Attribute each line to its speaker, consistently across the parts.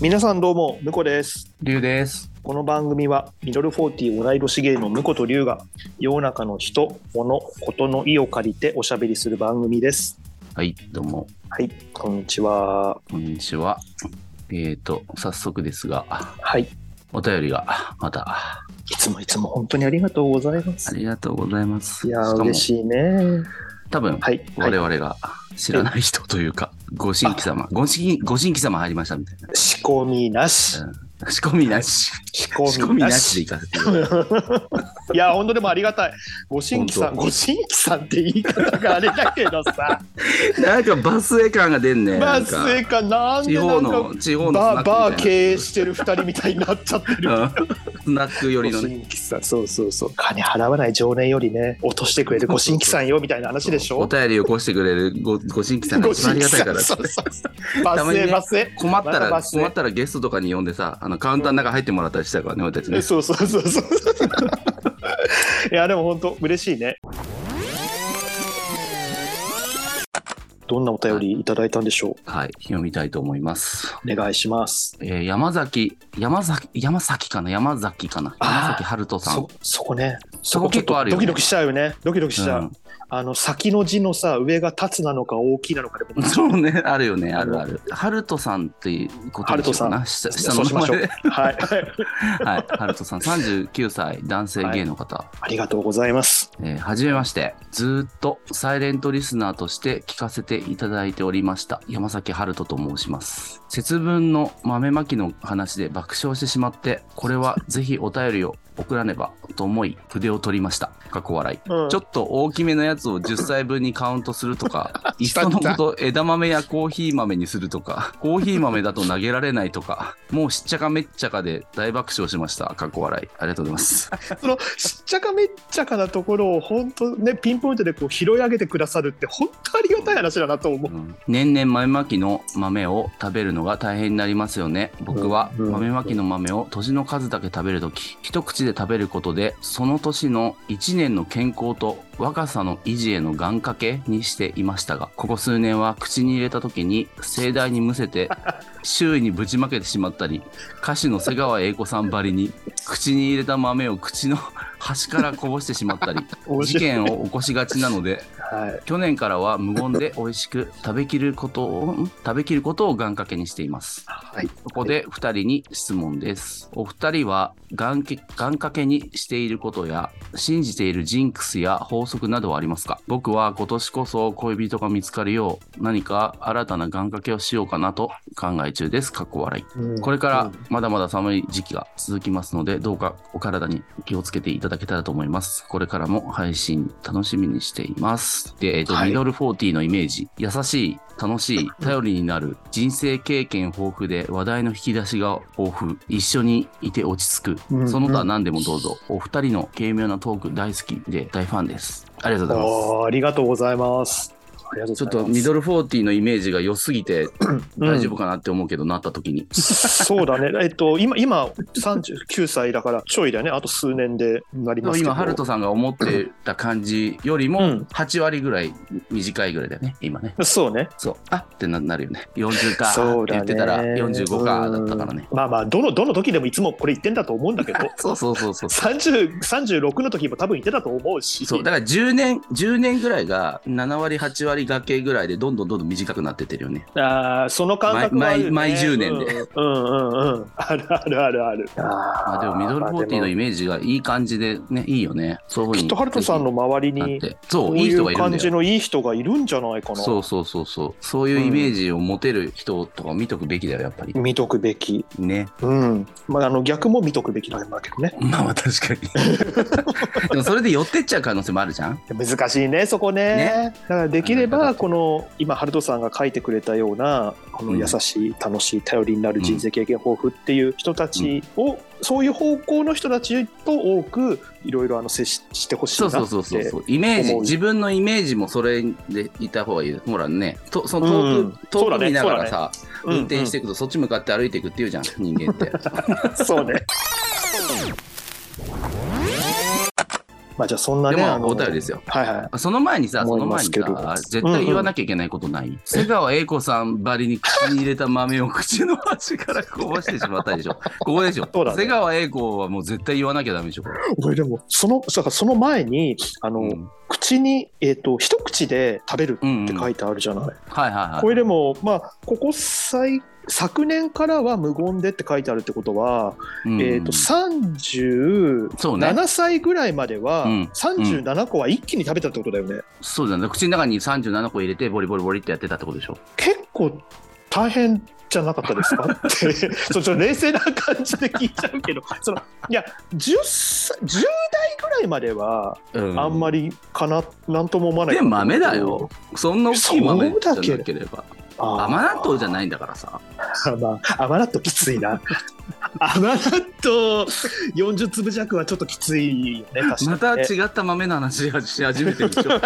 Speaker 1: 皆さんどうも、むこです。
Speaker 2: 龍です。
Speaker 1: この番組は、ミドル40同い年芸のむことりゅうが、世の中の人、物、ことの意を借りておしゃべりする番組です。
Speaker 2: はい、どうも、
Speaker 1: はい、こんにちは。
Speaker 2: こんにちは。えーと、早速ですが、
Speaker 1: はい、い
Speaker 2: お便りがまたあ
Speaker 1: つもいつも本当にありがとうございます。
Speaker 2: りがとうございます。
Speaker 1: いやー、
Speaker 2: かも
Speaker 1: 嬉しいね。
Speaker 2: 多分、
Speaker 1: はい、は
Speaker 2: 我
Speaker 1: い、
Speaker 2: 々が知らない人というか、ご新規様、ご新規ご新規様入りましたみたい
Speaker 1: 仕込みなし。
Speaker 2: な。仕込みなし。
Speaker 1: 仕
Speaker 2: 仕込
Speaker 1: 込み
Speaker 2: み
Speaker 1: な
Speaker 2: な
Speaker 1: し。
Speaker 2: しで行かせてください。
Speaker 1: いやー、本当でもありがたい。ご新規さん、
Speaker 2: 本当
Speaker 1: ご新規さんって言い方があれだけどさ。
Speaker 2: なんかバスエ感が出んね。
Speaker 1: ま
Speaker 2: な
Speaker 1: あ、
Speaker 2: んか
Speaker 1: 末か、なん
Speaker 2: 地
Speaker 1: でな
Speaker 2: 方
Speaker 1: んか
Speaker 2: の、地方の
Speaker 1: バーバー
Speaker 2: 系。
Speaker 1: 経営してる2人みたいになっちゃってる。
Speaker 2: うんスナック寄りの
Speaker 1: ご
Speaker 2: ね。
Speaker 1: 新規さんそうそうそう金払わない常連よりね落としてくれるご新規さんよみたいな話でし
Speaker 2: お
Speaker 1: ょ
Speaker 2: 便りを起こしてくれるごご新規さんが
Speaker 1: ご
Speaker 2: 一番
Speaker 1: 新
Speaker 2: あり
Speaker 1: 規
Speaker 2: がたい
Speaker 1: さ
Speaker 2: か
Speaker 1: ん
Speaker 2: ら。
Speaker 1: そうそうそうバ
Speaker 2: たま
Speaker 1: ス
Speaker 2: に
Speaker 1: へ
Speaker 2: ね
Speaker 1: バスへ
Speaker 2: 困った
Speaker 1: またバ
Speaker 2: ら、
Speaker 1: スへ
Speaker 2: 困ったらゲストとかに呼んでさ、あのカウンターの中入ってもらったりしたからね、俺たちね。
Speaker 1: そうそうそうそういやでも本当嬉しいねどんなお便りいただいたんでしょう
Speaker 2: はい、読みたいと思います。
Speaker 1: お願いします
Speaker 2: えー山崎、山崎、山崎かな山崎かな
Speaker 1: あー
Speaker 2: 山崎春人さん
Speaker 1: そ。そこね
Speaker 2: そこ結構あるよ
Speaker 1: ドキ
Speaker 2: ね
Speaker 1: ドキしちゃうよねドキドキしちゃう、
Speaker 2: う
Speaker 1: あの先の字のさ上が立つなのか大きいなのかでも
Speaker 2: ん、そうね、あるよね、あるある。春人さんっていうことでしょうかな、下下
Speaker 1: そ
Speaker 2: の
Speaker 1: うし
Speaker 2: 名
Speaker 1: ましょ
Speaker 2: 前
Speaker 1: う
Speaker 2: で。
Speaker 1: はい
Speaker 2: はい、春人さん、39歳、男性芸の方。
Speaker 1: ありがとうございます
Speaker 2: えーはじめまして。ずーっとサイレントリスナーとして聞かせていただいておりました。山崎春人と申します。節分の豆まきの話で爆笑してしまって、これはぜひお便りを送らねばと思い、筆を取りました。過去笑い。
Speaker 1: うん
Speaker 2: ちょっと大きめのやつを10歳分にカウントすると か、いっ
Speaker 1: した
Speaker 2: そのこと枝豆やコーヒー豆にするとか、コーヒー豆だと投げられないとか、もうしっちゃかめっちゃかで大爆笑しました。過去笑い。ありがとうございます。
Speaker 1: そのしっちゃかめっちゃかなところを本当ねピンポイントでこう拾い上げてくださるって本当ありがたい話だなと思う。
Speaker 2: うん年々豆まきの豆を食べるのが大変になりますよね僕は
Speaker 1: うん
Speaker 2: 豆まきの豆を年の数だけ食べるとき一口で食べることでその年の1年の健康と若さの維持への願掛けにしていましたがここ数年は口に入れた時に盛大にむ せて周囲にぶちまけてしまったり歌手の瀬川栄子さんばりに口に入れた豆を口の端からこぼしてしまったり
Speaker 1: 面
Speaker 2: 事
Speaker 1: 白い
Speaker 2: 件を起こしがちなので
Speaker 1: はい、
Speaker 2: 去年からは無言で美味しく食べきることをん食べきることを願掛けにしています
Speaker 1: はい、
Speaker 2: そこで2人に質問ですお二人は願け願掛けにしていることや信じているジンクスや法則などはありますか僕は今年こそ恋人が見つかるよう何か新たな願掛けをしようかなと考え中ですかっこ笑い
Speaker 1: うん
Speaker 2: これからまだまだ寒い時期が続きますので、どうかお体に気をつけていただけたらと思います。これからも配信楽しみにしています。で、えっ、と、
Speaker 1: はい
Speaker 2: ミドル40のイメージ。優しい、楽 しい、頼りになる、人生経験豊富で話題の引き出しが豊富、一緒にいて落ち着
Speaker 1: うん
Speaker 2: く、その他何でもどうぞ。お二人の軽妙なトーク大好きで大ファンです。ありがとうございます。
Speaker 1: あーありがとうございます。ありがとう
Speaker 2: ちょっ
Speaker 1: ござい
Speaker 2: と
Speaker 1: ます
Speaker 2: ミドル40のイメージが良すぎて
Speaker 1: うん
Speaker 2: 大丈夫かなって思うけど、なった時に。
Speaker 1: そうだね。えっと今今三十九歳だからちょいだよね。あと数年でなりますけど。
Speaker 2: 今、ハルトさんが思ってた感じより
Speaker 1: う
Speaker 2: も
Speaker 1: ん、
Speaker 2: 8割ぐらい短いぐらいだよね、今ね。
Speaker 1: そうね。
Speaker 2: そう、あってななるよね。40か
Speaker 1: そう
Speaker 2: っ
Speaker 1: だ
Speaker 2: て言っ
Speaker 1: ね。
Speaker 2: てたら、45かだったからね。
Speaker 1: うん。まあまあどのどの時でもいつもこれ言ってんだと思うんだけど。
Speaker 2: そうそうそ うそう。
Speaker 1: 30 36の時も多分言ってたと思うし。
Speaker 2: そうだから10年、10年ぐらいが7割、8割がけぐらいで、どんどんどんどん短くなってってるよね。
Speaker 1: あーその感覚はある、ね、
Speaker 2: 毎毎10年で
Speaker 1: うんうんうんうんあるあるあるある
Speaker 2: ま
Speaker 1: あ
Speaker 2: あ、でも、ミドル40のイ
Speaker 1: ー
Speaker 2: メージがいい感じでね、いいよね。そういうふう
Speaker 1: き
Speaker 2: に。
Speaker 1: っとハルトさんの周り
Speaker 2: ぜひ
Speaker 1: に
Speaker 2: なって。
Speaker 1: こ
Speaker 2: そう、
Speaker 1: う
Speaker 2: いい
Speaker 1: い
Speaker 2: 人が
Speaker 1: う
Speaker 2: いるん
Speaker 1: 感
Speaker 2: だ
Speaker 1: じ
Speaker 2: よ。
Speaker 1: のいい人がいるんじゃないかな
Speaker 2: そうそうそうそう。そういうイメージを持てる人とか見とくべきだよ、やっぱり。
Speaker 1: 見とくべき
Speaker 2: ね。
Speaker 1: うんまああの逆も見とくべきなんだけどね
Speaker 2: まあまあ確 かに。でもそれで寄ってっちゃう可能性もあるじゃん。
Speaker 1: 難しいねそこね
Speaker 2: ね
Speaker 1: だからできれ
Speaker 2: なか
Speaker 1: ば
Speaker 2: なか
Speaker 1: この今ハルトさんが書いてくれたようなこの
Speaker 2: うん
Speaker 1: 優しい楽しい頼りになる人生経験豊富っていう人たちを、そういう方向の人たちと多くいろいろあの接ししてほしい
Speaker 2: そ
Speaker 1: なっ
Speaker 2: う
Speaker 1: て
Speaker 2: そうそうそうそう。イメージ
Speaker 1: 思う
Speaker 2: 自分のイメージもそれでいた方がいい。ほらね、とその遠く、
Speaker 1: うんそ
Speaker 2: 遠
Speaker 1: うだ
Speaker 2: く
Speaker 1: ね
Speaker 2: 見ながらさ、
Speaker 1: そうだね
Speaker 2: 運転していくとそっち向かって歩いていくっていうじゃん、人間って。
Speaker 1: そうね。まあじゃあそんな
Speaker 2: で
Speaker 1: ね
Speaker 2: も
Speaker 1: あの
Speaker 2: お便りですよ
Speaker 1: はいはい
Speaker 2: その前にさ、そ
Speaker 1: 思い
Speaker 2: の
Speaker 1: ま
Speaker 2: 前
Speaker 1: す
Speaker 2: に
Speaker 1: けど
Speaker 2: さ、絶対言わなきゃいけないことない。瀬川栄子さんばりに口に入れた豆を口の端からこぼしてしまったでしょ。ここでしょ。
Speaker 1: そうだね
Speaker 2: 瀬川栄子はもう絶対言わなきゃダメでしょ。これ
Speaker 1: 俺でもそのだからその前にあの、
Speaker 2: うん
Speaker 1: 口に、えー、と一口で食べる
Speaker 2: うんうん
Speaker 1: って書いてあるじゃない、
Speaker 2: はいはいはい。
Speaker 1: これでもまあここ最昨年からは無言でって書いてあるってことは、
Speaker 2: うん
Speaker 1: えー、と37
Speaker 2: そうね。
Speaker 1: 歳ぐらいまでは、
Speaker 2: うん
Speaker 1: 37個は一気に食べたってことだよね、
Speaker 2: そうだね。口の中に37個入れて、ボリボリボリってやってたってことでしょ。
Speaker 1: 結構大変じゃなかったですかって ちょっと冷静な感じで聞いちゃうけどそのいや 10, 歳10代ぐらいまでは
Speaker 2: うん
Speaker 1: あんまりかな、なんとも思わない
Speaker 2: でも豆だよ。そんな大きい豆じゃなければ。
Speaker 1: あー
Speaker 2: 甘納豆じゃないんだからさ。
Speaker 1: まあ、甘納豆きつい な甘納豆40粒弱はちょっときついよね確かにね、
Speaker 2: また違った豆の話がし始めてる でしょ。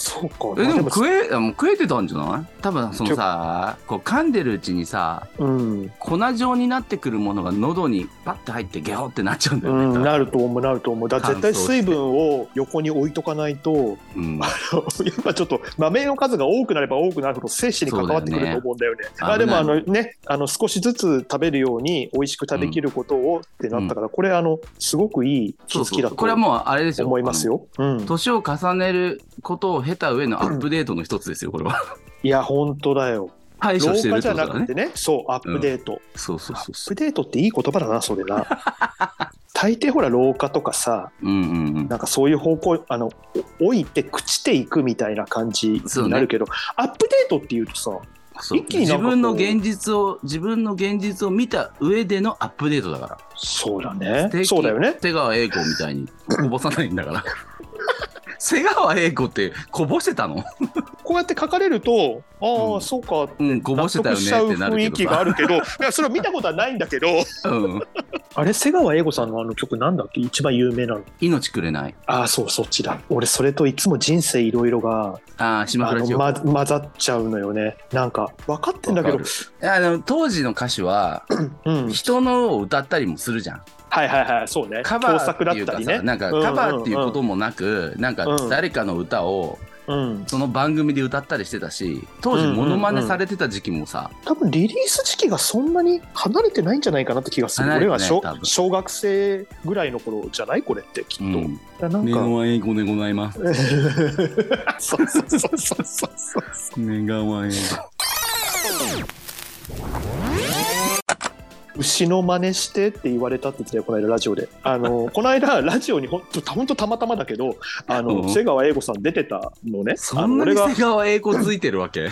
Speaker 1: そうか
Speaker 2: えで
Speaker 1: まあ
Speaker 2: も食えあもう食えてたんじゃない多分そのさこう噛んでるうちにさ
Speaker 1: うん、
Speaker 2: 粉状になってくるものが喉にパッて入ってゲホってなっちゃうんだよね、
Speaker 1: うん、
Speaker 2: 多分
Speaker 1: なると思うなると思うだから絶対水分を横に置いとかないと
Speaker 2: う ん
Speaker 1: やっぱちょっと豆の数が多くなれば多くなるほど精子に関わってくると思うんだよね
Speaker 2: そう
Speaker 1: あ
Speaker 2: だよね
Speaker 1: でもあのねあの少しずつ食べるように美味しく食べきることをってなったから、これあのすごくいい気
Speaker 2: そう
Speaker 1: づ
Speaker 2: そう
Speaker 1: きだ
Speaker 2: そう
Speaker 1: と
Speaker 2: これはもうあれですよ
Speaker 1: 思いますよ。うん
Speaker 2: あの、年を重ねることを経た上のアップデートの一つですよこ れは
Speaker 1: いや本当だよ
Speaker 2: 対処
Speaker 1: 老
Speaker 2: してる
Speaker 1: 化
Speaker 2: っ
Speaker 1: じ
Speaker 2: て
Speaker 1: ゃ
Speaker 2: こと
Speaker 1: なく
Speaker 2: だね
Speaker 1: てね、そう、アップデート。ア
Speaker 2: そうそうそうそ
Speaker 1: ップデートっていい言葉だな、それ な。大抵ほら、老化とかさ、
Speaker 2: ううんうんうん
Speaker 1: なんかそういう方向、あの、お置いて、朽ちていくみたいな感じになるけど、アップデートっていうとさ、
Speaker 2: そう
Speaker 1: 一気になん
Speaker 2: 自
Speaker 1: かこう
Speaker 2: 分の現実を自分の現実を見た上でのアップデートだか
Speaker 1: そうだ
Speaker 2: ら
Speaker 1: ね。そうだよね。
Speaker 2: 瀬川栄子みたいにこぼさないんだから 瀬川栄子ってこぼしてたの
Speaker 1: こうやって書かれると、ああ、
Speaker 2: うん
Speaker 1: そうか。
Speaker 2: うん、こぼ
Speaker 1: 納
Speaker 2: してた
Speaker 1: 得
Speaker 2: よ
Speaker 1: しちゃ
Speaker 2: ね
Speaker 1: う
Speaker 2: ってな
Speaker 1: 雰囲
Speaker 2: る
Speaker 1: 気
Speaker 2: けど
Speaker 1: があ
Speaker 2: さ。
Speaker 1: るけど、い やそれは見たことはないんだけど、
Speaker 2: うん、
Speaker 1: あれ、瀬川英子さんのあの曲なんだっけ一番有名なの。
Speaker 2: 命くれない。
Speaker 1: ああ、そう、そっちだ。俺、それといつも人生いろいろが
Speaker 2: ああ、島
Speaker 1: あ
Speaker 2: 倉
Speaker 1: の
Speaker 2: 千代
Speaker 1: ま、混ざっちゃうのよねなんか分かってんだけど
Speaker 2: わ、子。あの当時の歌手は
Speaker 1: うん、
Speaker 2: 人のを歌ったりもするじゃん。
Speaker 1: はいはいはいそうね
Speaker 2: カバ
Speaker 1: 盗
Speaker 2: ー
Speaker 1: 作だ
Speaker 2: っ
Speaker 1: って
Speaker 2: いう
Speaker 1: た
Speaker 2: か
Speaker 1: り
Speaker 2: さ、
Speaker 1: ね
Speaker 2: なんかカバーっていうこともなく、なんか
Speaker 1: うん
Speaker 2: 誰かの歌を
Speaker 1: うん
Speaker 2: その番組で歌ったりしてたし、当時
Speaker 1: うんうんうん
Speaker 2: モノマネされてた時期もさ、
Speaker 1: 多分リリース時期がそんなに離れてないんじゃないかなって気がする
Speaker 2: 離れ
Speaker 1: 俺
Speaker 2: てな
Speaker 1: はい小
Speaker 2: 多分
Speaker 1: 小学生ぐらいの頃じゃないこれってきっと、だからなんか、
Speaker 2: 川英語でございます。
Speaker 1: そうそうそうそうそうそう
Speaker 2: 願川英
Speaker 1: 牛の真似してって言われたって言ってたよこの間ラジオであ のこの間ラジオにほんとほんとたまたまだけどあの、
Speaker 2: うん
Speaker 1: 瀬川英子さん出てたのね
Speaker 2: そん
Speaker 1: あの
Speaker 2: な
Speaker 1: 俺
Speaker 2: に
Speaker 1: が
Speaker 2: 瀬川英語ついてるわ け。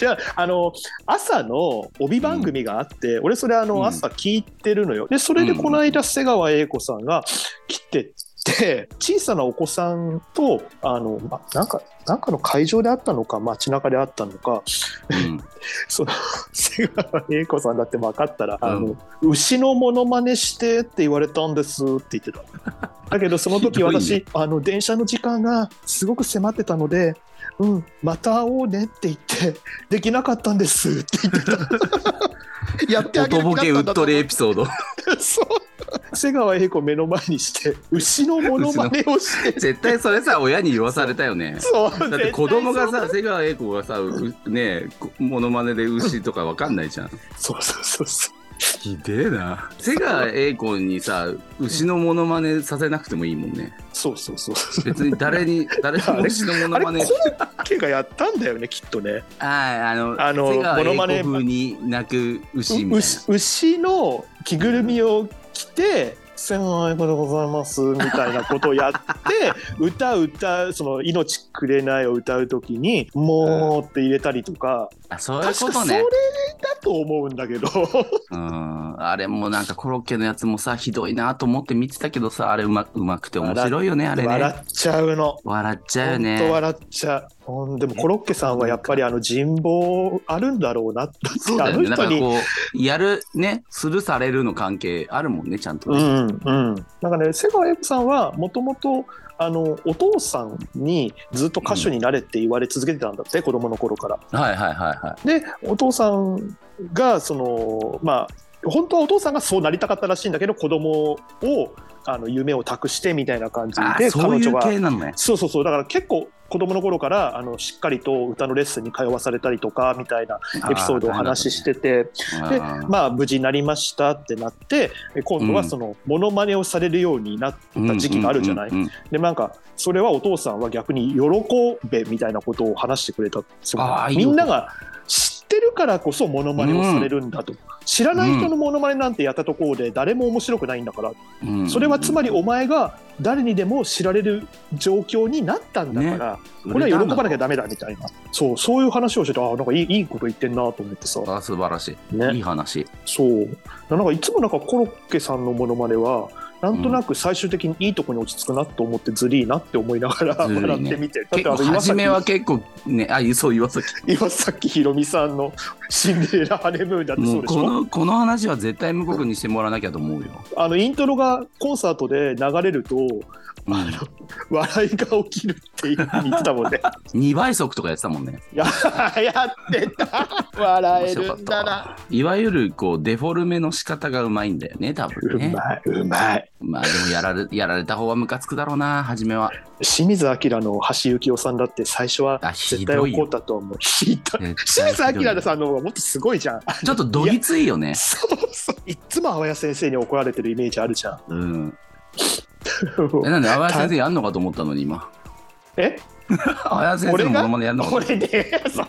Speaker 1: 違うあの朝の帯番組があって、俺それあ
Speaker 2: うん
Speaker 1: の朝聞いてるのよ、でそれでこの間瀬川栄子さんが来てって小さなお子さんとあの、ま、なんかなんかの会場であったのか街中であったのか
Speaker 2: うん
Speaker 1: その 瀬川栄子さんだって分かったら、あ
Speaker 2: う
Speaker 1: の牛のモノマネしてって言われたんですって言ってた。 だけどその時
Speaker 2: ひどいね
Speaker 1: 私、あの電車の時間がすごく迫ってたので、うん、また会おうねって言ってできなかったんですって言って た。やってあげ
Speaker 2: おと
Speaker 1: る
Speaker 2: ぼ
Speaker 1: 気
Speaker 2: け
Speaker 1: だっ
Speaker 2: うった
Speaker 1: んだ
Speaker 2: とりエピソード。
Speaker 1: そう瀬川栄子を目の前にして牛のモノマネをして。
Speaker 2: 絶対それさ、親に言わされたよね。
Speaker 1: そう
Speaker 2: だって子供がさ瀬川栄子がさうねえこモノマネで牛とかわかんないじゃん
Speaker 1: そうそうそうそう
Speaker 2: ひでえな瀬川栄子にさ牛のモノマネさせなくてもいいもんね
Speaker 1: そうそうそうそう
Speaker 2: 別に誰に誰にも牛のモ
Speaker 1: あ
Speaker 2: ノ
Speaker 1: れ
Speaker 2: マ
Speaker 1: コロ
Speaker 2: ネ
Speaker 1: ッケがやったんだよねきっとね
Speaker 2: あああの
Speaker 1: あの
Speaker 2: 瀬川
Speaker 1: モノマネ
Speaker 2: 栄子風に鳴く牛みたいな
Speaker 1: 牛牛の着ぐるみを着て「千愛子でございます」みたいなことをやって 歌う歌その「命くれない」を歌う時に「もう」って入れたりとか、
Speaker 2: あそういう
Speaker 1: 確
Speaker 2: こ
Speaker 1: か
Speaker 2: と
Speaker 1: それ
Speaker 2: ね
Speaker 1: だと思うんだけど
Speaker 2: うんあれもなんかコロッケのやつもさひどいなと思って見てたけどさあれうまうまくて面白いよねあれ
Speaker 1: 笑
Speaker 2: ね
Speaker 1: っちゃうの。
Speaker 2: 笑っちゃうよ
Speaker 1: 本
Speaker 2: ね
Speaker 1: 当笑っちゃう、ほんでもコロッケさんはやっぱりあの人望あるんだろうなだって
Speaker 2: そうだ
Speaker 1: あ
Speaker 2: よ
Speaker 1: の
Speaker 2: ね。だか
Speaker 1: 人
Speaker 2: ら
Speaker 1: に
Speaker 2: こう、やる、ね、するされるの関係あるもんね、ちゃんと
Speaker 1: う
Speaker 2: ね。
Speaker 1: んうん、なんかね瀬川栄子さんはもともとあのお父さんにずっと歌手になれって言われ続けてたんだって、子供の頃から。
Speaker 2: はいはいはいは
Speaker 1: でお父さんがそのまあ本当はお父さんがそうなりたかったらしいんだけど子供をあの夢を託してみたいな感じ
Speaker 2: あー
Speaker 1: で
Speaker 2: そう
Speaker 1: 彼
Speaker 2: い
Speaker 1: 女
Speaker 2: う
Speaker 1: が
Speaker 2: 系なのね。
Speaker 1: そうそうそうだから結構子供の頃からあのしっかりと歌のレッスンに通わされたりとかみたいなエピソードをお話ししてて
Speaker 2: あ
Speaker 1: で
Speaker 2: ー
Speaker 1: まあ無事になりましたってなってで今度はそのモノマネをされるようになっ
Speaker 2: うん
Speaker 1: た時期があるじゃない、
Speaker 2: うんうんうん
Speaker 1: でなんかそれはお父さんは逆に喜べみたいなことを話してくれたそう
Speaker 2: ああいい
Speaker 1: み
Speaker 2: よ
Speaker 1: んなが知ってるからこそモノマネをされるんだと、知らない人のモノマネなんてやったところで誰も面白くないんだから、
Speaker 2: うんうん
Speaker 1: それはつまりお前が誰にでも知られる状況になったんだから、これは喜ばなきゃダメだみたいなそうそういう話をしててああなんかいいいいこと言ってんなと思ってさ、
Speaker 2: あー素晴らしい。い
Speaker 1: ね
Speaker 2: い、話。
Speaker 1: そうなんかいつもなんかコロッケさんのモノマネはなんとなく最終的にいいとこに落ち着くなと思ってずりーなって思いながら
Speaker 2: ずるいね
Speaker 1: 笑ってみてる、だっ
Speaker 2: 結
Speaker 1: てあ
Speaker 2: 構
Speaker 1: の岩
Speaker 2: 初
Speaker 1: 崎
Speaker 2: めは結構ね、あ、そう岩崎。
Speaker 1: 岩崎ひろみさんの「シンデレラ・ハネムーン」だって
Speaker 2: も
Speaker 1: そう
Speaker 2: う
Speaker 1: でし
Speaker 2: こ
Speaker 1: ょ
Speaker 2: のこの話は絶対無国にしてもらわなきゃと思うよ。
Speaker 1: あのイントロがコンサートで流れると
Speaker 2: うん
Speaker 1: 笑いが起きるっていうふうに言ってたも んね
Speaker 2: 2倍速とかやってたもんね。
Speaker 1: ややってた笑えるんだな。
Speaker 2: いわゆるこうデフォルメの仕方がうまいんだよね、多分
Speaker 1: う
Speaker 2: ね。
Speaker 1: まいうまい
Speaker 2: まあでもやられやられた方はムカつくだろうな、初めは。
Speaker 1: 清水明の橋幸夫さんだって最初は
Speaker 2: あひ
Speaker 1: 絶対
Speaker 2: どい
Speaker 1: 怒
Speaker 2: よ
Speaker 1: っ。たと思うひどい
Speaker 2: 絶
Speaker 1: 清
Speaker 2: 対
Speaker 1: 水
Speaker 2: ひどい
Speaker 1: 明さんの方がもっとすごいじゃん
Speaker 2: ちょっとどぎついよね。
Speaker 1: そうそういっつも淡谷先生に怒られてるイメージあるじゃん
Speaker 2: うん。え、なんで、淡谷先生やんのかと思ったのに、今。
Speaker 1: え
Speaker 2: 淡谷先生のものまでやんのかと
Speaker 1: こ
Speaker 2: 思った
Speaker 1: れでそう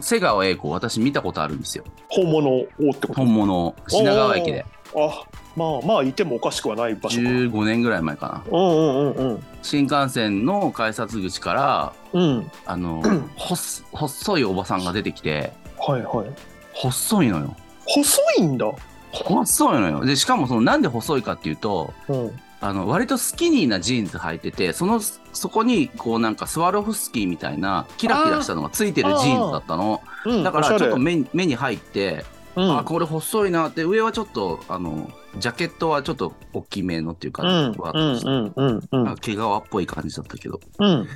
Speaker 2: 瀬川栄子、私見たことあるんですよ。
Speaker 1: 本物をってこと
Speaker 2: 本物を。品川駅で。
Speaker 1: あまあまあいてもおかしくはない場所かうん
Speaker 2: 15年ぐらい前かな。
Speaker 1: うんうん
Speaker 2: 新幹線の改札口から、
Speaker 1: うんうん
Speaker 2: あの
Speaker 1: うん、
Speaker 2: ほっ細いおばさんが出てきて、
Speaker 1: はいはい
Speaker 2: 細いのよ。
Speaker 1: 細いんだ
Speaker 2: 細いのよ。で、しかもその、なんで細いかっていうと、
Speaker 1: うん
Speaker 2: あの、割とスキニーなジーンズ履いてて、その、そこに、こうなんかスワロフスキーみたいな、キラキラしたのがついてるジーンズだったの。
Speaker 1: うん
Speaker 2: だか
Speaker 1: おしゃ
Speaker 2: ら、
Speaker 1: れ
Speaker 2: ちょっと目に目に入って、
Speaker 1: うん
Speaker 2: あこれ細いなって上はちょっとあのジャケットはちょっと大きめのっていうか、
Speaker 1: うん
Speaker 2: ふわっ
Speaker 1: う
Speaker 2: と
Speaker 1: ん
Speaker 2: し
Speaker 1: うんうんう
Speaker 2: た
Speaker 1: ん
Speaker 2: 毛皮っぽい感じだったけど
Speaker 1: うん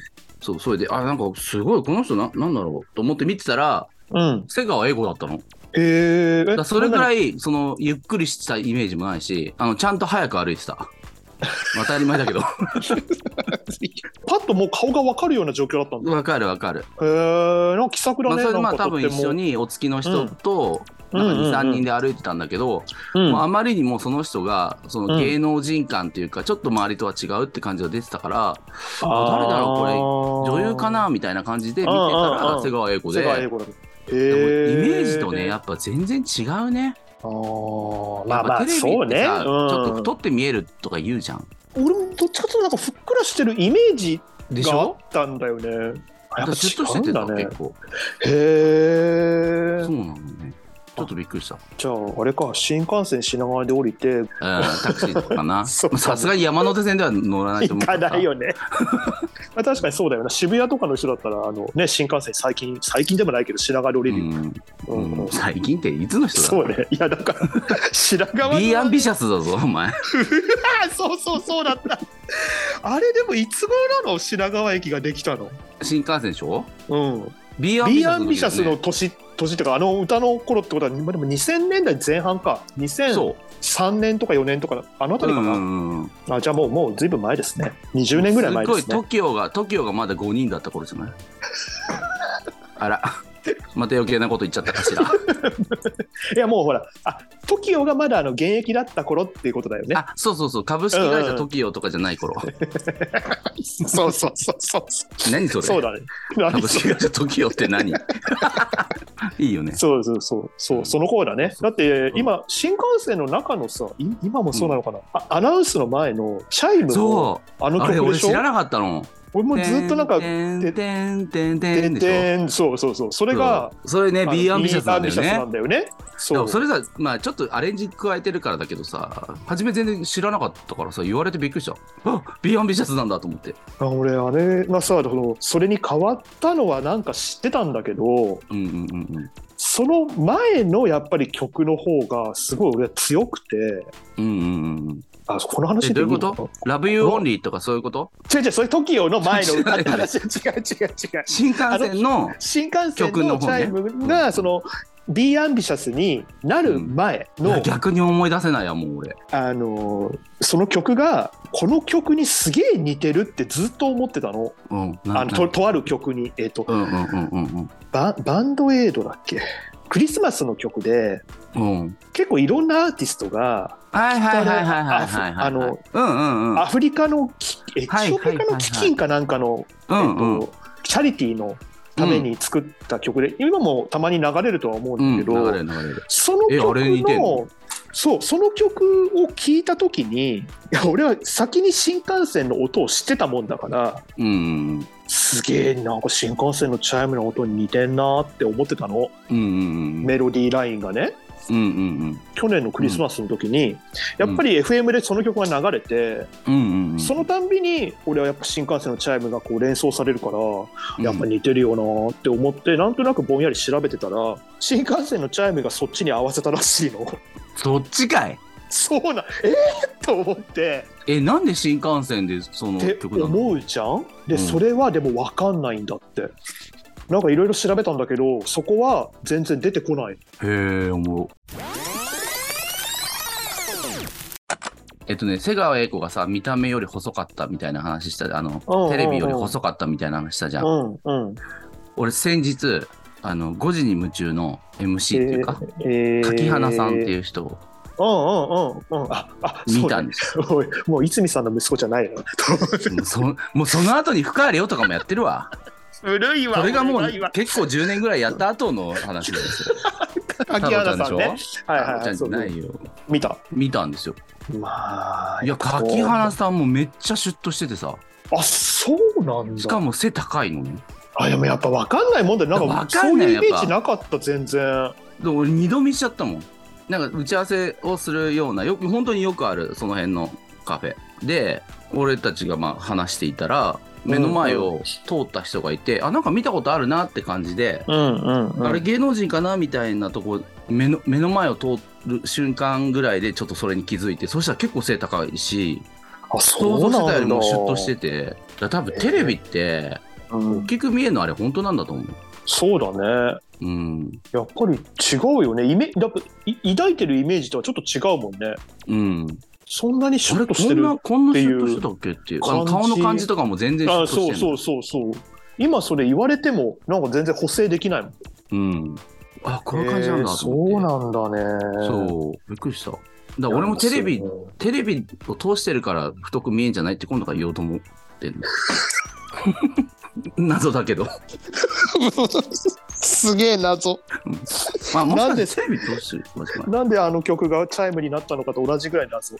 Speaker 2: そうそれであなんかすごいこの人ななんだろうと思って見てたら
Speaker 1: うん
Speaker 2: 瀬川英語だったのだか
Speaker 1: へええ
Speaker 2: らそれぐら
Speaker 1: い
Speaker 2: いそのゆっくりしたイメージもないしあのちゃんと早く歩いてたまあ当たり前 だけど
Speaker 1: パッともう顔がわかるような状況だったんだ
Speaker 2: わかるわかる、
Speaker 1: へえなんか気さくだ
Speaker 2: まあ、
Speaker 1: ね
Speaker 2: それでま
Speaker 1: な
Speaker 2: あ
Speaker 1: んか
Speaker 2: 多
Speaker 1: とっ
Speaker 2: 分
Speaker 1: て
Speaker 2: 一
Speaker 1: も
Speaker 2: 緒にお付きの人と、
Speaker 1: うん
Speaker 2: なんか
Speaker 1: うんうんうん
Speaker 2: 23人で歩いてたんだけど、
Speaker 1: うん
Speaker 2: もうあまりにもその人がその芸能人感というか、ちょっと周りとは違うって感じが出てたから、誰だろ
Speaker 1: れ
Speaker 2: 女優かなみたいな感じで見てた
Speaker 1: うんうん
Speaker 2: ら
Speaker 1: うん
Speaker 2: 瀬川栄子で
Speaker 1: 世界英
Speaker 2: でも
Speaker 1: 語だねへ
Speaker 2: イメ
Speaker 1: え
Speaker 2: ージとねやっぱ全然違うね
Speaker 1: あーまあま
Speaker 2: や
Speaker 1: あ
Speaker 2: っぱテレビ
Speaker 1: そう
Speaker 2: って
Speaker 1: ね
Speaker 2: さ、ちょっと
Speaker 1: うん
Speaker 2: 太って見えるとか言うじゃん
Speaker 1: 俺もどっちかというとなんかふっくらしてるイメージ
Speaker 2: でし
Speaker 1: があっ
Speaker 2: ょ
Speaker 1: たんだよね。やっぱ
Speaker 2: 私シュッとして
Speaker 1: 違う
Speaker 2: て
Speaker 1: ん
Speaker 2: た
Speaker 1: だね
Speaker 2: 結。構
Speaker 1: へえ
Speaker 2: そう。なのねちょっとびっくりした、
Speaker 1: じゃああれか新幹線品川で降りて
Speaker 2: うん、 タクシーとかかな
Speaker 1: そうかも
Speaker 2: さすがに山手線では乗らない
Speaker 1: 行
Speaker 2: と思う
Speaker 1: か
Speaker 2: ら
Speaker 1: ないよね。 まあ確かにそうだよな渋谷とかの人だったらあのね新幹線最近最近でもないけど品川で降
Speaker 2: う
Speaker 1: りるよ。
Speaker 2: ん、
Speaker 1: う
Speaker 2: うん
Speaker 1: んうん
Speaker 2: 最近っていつの人だ
Speaker 1: そうね。いやだから 品川の。
Speaker 2: ビーアンビシャスだぞお前
Speaker 1: あ そうそうそうだった。あれでもいつ頃なの品川駅ができたの？
Speaker 2: 新幹線でしょ
Speaker 1: うん。
Speaker 2: ビーアンビ
Speaker 1: ビ
Speaker 2: シ
Speaker 1: ー
Speaker 2: ャ
Speaker 1: ア
Speaker 2: スの,、
Speaker 1: ンビシャスの年年っていうかあの歌の頃ってことはまあでも2000年代前半か2003
Speaker 2: そ
Speaker 1: 年とか4年とかあの
Speaker 2: う、う
Speaker 1: 辺りかな、
Speaker 2: んうんうん、
Speaker 1: あじゃあもうもうずいぶん前ですね20年ぐらい前ですす
Speaker 2: ごい
Speaker 1: ね
Speaker 2: TOKIO が TOKIO がまだ5人だった頃じゃないあらまた余計なこと言っちゃったか しら、
Speaker 1: いやもうほらあ TOKIO がまだあの現役だった頃っていうことだよね
Speaker 2: あそうそうそう株式会社
Speaker 1: うんうん
Speaker 2: TOKIO とかじゃない頃、
Speaker 1: そうそうそうそうそ
Speaker 2: 何そうれ
Speaker 1: そうだね何
Speaker 2: 株
Speaker 1: そ
Speaker 2: 式
Speaker 1: れ
Speaker 2: 会社 TOKIO っ て何いいよね
Speaker 1: そうそうそうそうその頃だねだって今新幹線の中のさい今もそうなのかな、あアナウンスの前のチャイムの
Speaker 2: そ
Speaker 1: あ
Speaker 2: う
Speaker 1: の
Speaker 2: あれ
Speaker 1: 曲
Speaker 2: 俺
Speaker 1: でしょ
Speaker 2: 知らなかったの
Speaker 1: 俺もずっとなんか
Speaker 2: てんてんて
Speaker 1: 「
Speaker 2: んて
Speaker 1: て
Speaker 2: ん
Speaker 1: ん
Speaker 2: でしょ
Speaker 1: てん」そうそうそうそれが
Speaker 2: そうそれね
Speaker 1: あの
Speaker 2: B アンビシャスなんだよ
Speaker 1: ビーアンビシャスな
Speaker 2: ね
Speaker 1: んだよね
Speaker 2: で
Speaker 1: そ
Speaker 2: も
Speaker 1: う
Speaker 2: それさまあちょっとアレンジ加えてるからだけどさ初め全然知らなかったからさ言われてびっくりしたあ B アンビシャスなんだと思って
Speaker 1: あ俺あれがさそのそれに変わったのはなんか知ってたんだけど
Speaker 2: うんうんうんうん
Speaker 1: その前のやっぱり曲の方がすごい俺は強くて
Speaker 2: うんうんうん
Speaker 1: あ、この話
Speaker 2: え
Speaker 1: で
Speaker 2: どう
Speaker 1: い
Speaker 2: い
Speaker 1: いうの
Speaker 2: ことラブユーオンリーとかそういうこと
Speaker 1: 違う違う、それ TOKIO の前の歌って 話。違う違う違う。
Speaker 2: 新幹線の
Speaker 1: 新幹線
Speaker 2: 曲の
Speaker 1: の
Speaker 2: 方ね
Speaker 1: チャイムが、その Be Ambitious になる前の、
Speaker 2: いや逆に思い出せないやもう俺
Speaker 1: あのーその曲がこの曲にすげえ似てるってずっと思ってたの
Speaker 2: うんな
Speaker 1: あのととある曲に、えー、と
Speaker 2: うんうんうんうん
Speaker 1: ババンドエイドだっけクリスマスの曲で
Speaker 2: うんうん
Speaker 1: 結構いろんなアーティストが
Speaker 2: はいはいはいはいはいはいはい
Speaker 1: あの
Speaker 2: うんうんうん
Speaker 1: アフリカのきエチ
Speaker 2: はい
Speaker 1: オピアの基金かなんかの、
Speaker 2: うんうん
Speaker 1: えーとチャリティーのために作った曲で、今もたまに流れるとは思う
Speaker 2: うんん
Speaker 1: だ
Speaker 2: 流
Speaker 1: けど、
Speaker 2: れる流れる
Speaker 1: その
Speaker 2: えあ
Speaker 1: 曲
Speaker 2: れ似てん
Speaker 1: の
Speaker 2: の
Speaker 1: そうその曲を聞いた時にいや俺は先に新幹線の音を知ってたもんだから
Speaker 2: うんうん
Speaker 1: すげえなんか新幹線のチャイムの音に似てんなって思ってたの、
Speaker 2: うんうんうん
Speaker 1: メロディーラインがね
Speaker 2: うんうん
Speaker 1: 去年のクリスマスの時に、やっぱり FM でその曲が流れて、
Speaker 2: うんうんうん
Speaker 1: そのたんびに俺はやっぱ新幹線のチャイムがこう連想されるから、やっぱ
Speaker 2: り
Speaker 1: 似てるよなーって思ってなんとなくぼんやり調べてたら新幹線のチャイムがそっちに合わせたらしいの。
Speaker 2: そっちかい
Speaker 1: そうなえー、と思って
Speaker 2: えなんで新幹線でその
Speaker 1: って
Speaker 2: 曲なの
Speaker 1: 思うじゃんで、
Speaker 2: うん
Speaker 1: それはでも分かんないんだってなんかいろいろ調べたんだけどそこは全然出てこない
Speaker 2: へえ思うえっとね瀬川栄子がさ見た目より細かったみたいな話したあの
Speaker 1: うんうんうん
Speaker 2: テレビより細かったみたいな話したじゃん
Speaker 1: うんうん
Speaker 2: 俺先日あの5時に夢中の MC っていうか、
Speaker 1: えー
Speaker 2: 柿花さんっていう人を
Speaker 1: うんうんうんうんああそうね
Speaker 2: 見たんです
Speaker 1: おいもういつみさんの息子じゃないの
Speaker 2: よ、もうそもうその後に「深あれよ」とかもやって るわ
Speaker 1: 古い
Speaker 2: それがもう
Speaker 1: 古いわ
Speaker 2: 結構10年ぐらいやった後の話なんですよ
Speaker 1: 柿原さんねはい
Speaker 2: あ
Speaker 1: はいは
Speaker 2: のちゃん
Speaker 1: い
Speaker 2: じ
Speaker 1: そ
Speaker 2: ゃ
Speaker 1: う
Speaker 2: ないよ
Speaker 1: 見た
Speaker 2: 見たんですよ
Speaker 1: まあ
Speaker 2: いや柿原さんもめっちゃシュッとしててさ
Speaker 1: あそうなんだ
Speaker 2: しかも背高いのね
Speaker 1: あでもやっぱ分かんないもんだよなんか
Speaker 2: わ
Speaker 1: そ
Speaker 2: かん
Speaker 1: う
Speaker 2: ない
Speaker 1: いうイ
Speaker 2: やっ
Speaker 1: メ
Speaker 2: ぱ
Speaker 1: ージなかった全然
Speaker 2: で俺二度見しちゃったもんなんか打ち合わせをするようなよく本当によくあるその辺のカフェで俺たちがまあ話していたら目の前を通った人がいて、あなんか見たことあるなって感じで、
Speaker 1: うんうん、うん
Speaker 2: あれ芸能人かなみたいなとこ目の目の前を通る瞬間ぐらいでちょっとそれに気づいてそしたら結構背高いし
Speaker 1: あそ
Speaker 2: 想
Speaker 1: う
Speaker 2: 像
Speaker 1: なん
Speaker 2: し
Speaker 1: だ
Speaker 2: てたよりもシュッとしててだから多分テレビって
Speaker 1: うん
Speaker 2: 大きく見えるのあれ本当なんだと思う。
Speaker 1: そうだね。
Speaker 2: うん
Speaker 1: やっぱり違うよね。イメだい抱いてるイメージとはちょっと違うもんね。
Speaker 2: うん、
Speaker 1: そんなにシュ
Speaker 2: あ
Speaker 1: ッ
Speaker 2: れ
Speaker 1: と
Speaker 2: こ
Speaker 1: して
Speaker 2: ん
Speaker 1: る。
Speaker 2: な
Speaker 1: あ、
Speaker 2: こんなシュッとしてたっけっていうあの
Speaker 1: 感
Speaker 2: 顔
Speaker 1: じ
Speaker 2: の感じとかも全然シュッとして
Speaker 1: そうそううそうそう。今それ言われてもなんか全然補正できないもん。
Speaker 2: うんあこういう感じなんだ
Speaker 1: えー
Speaker 2: と思っ
Speaker 1: そうなん
Speaker 2: て、
Speaker 1: だね。
Speaker 2: そうびっくりしただから俺もテレビ
Speaker 1: そう
Speaker 2: テレビを通してるから太く見えんじゃないって今度から言おうと思っ てんの謎だけど、
Speaker 1: すげえ謎。
Speaker 2: まあ、もし
Speaker 1: な
Speaker 2: か
Speaker 1: んで
Speaker 2: してテレビ通してるかもしれない
Speaker 1: なんであの曲がチャイムになったのかと同じぐらい謎。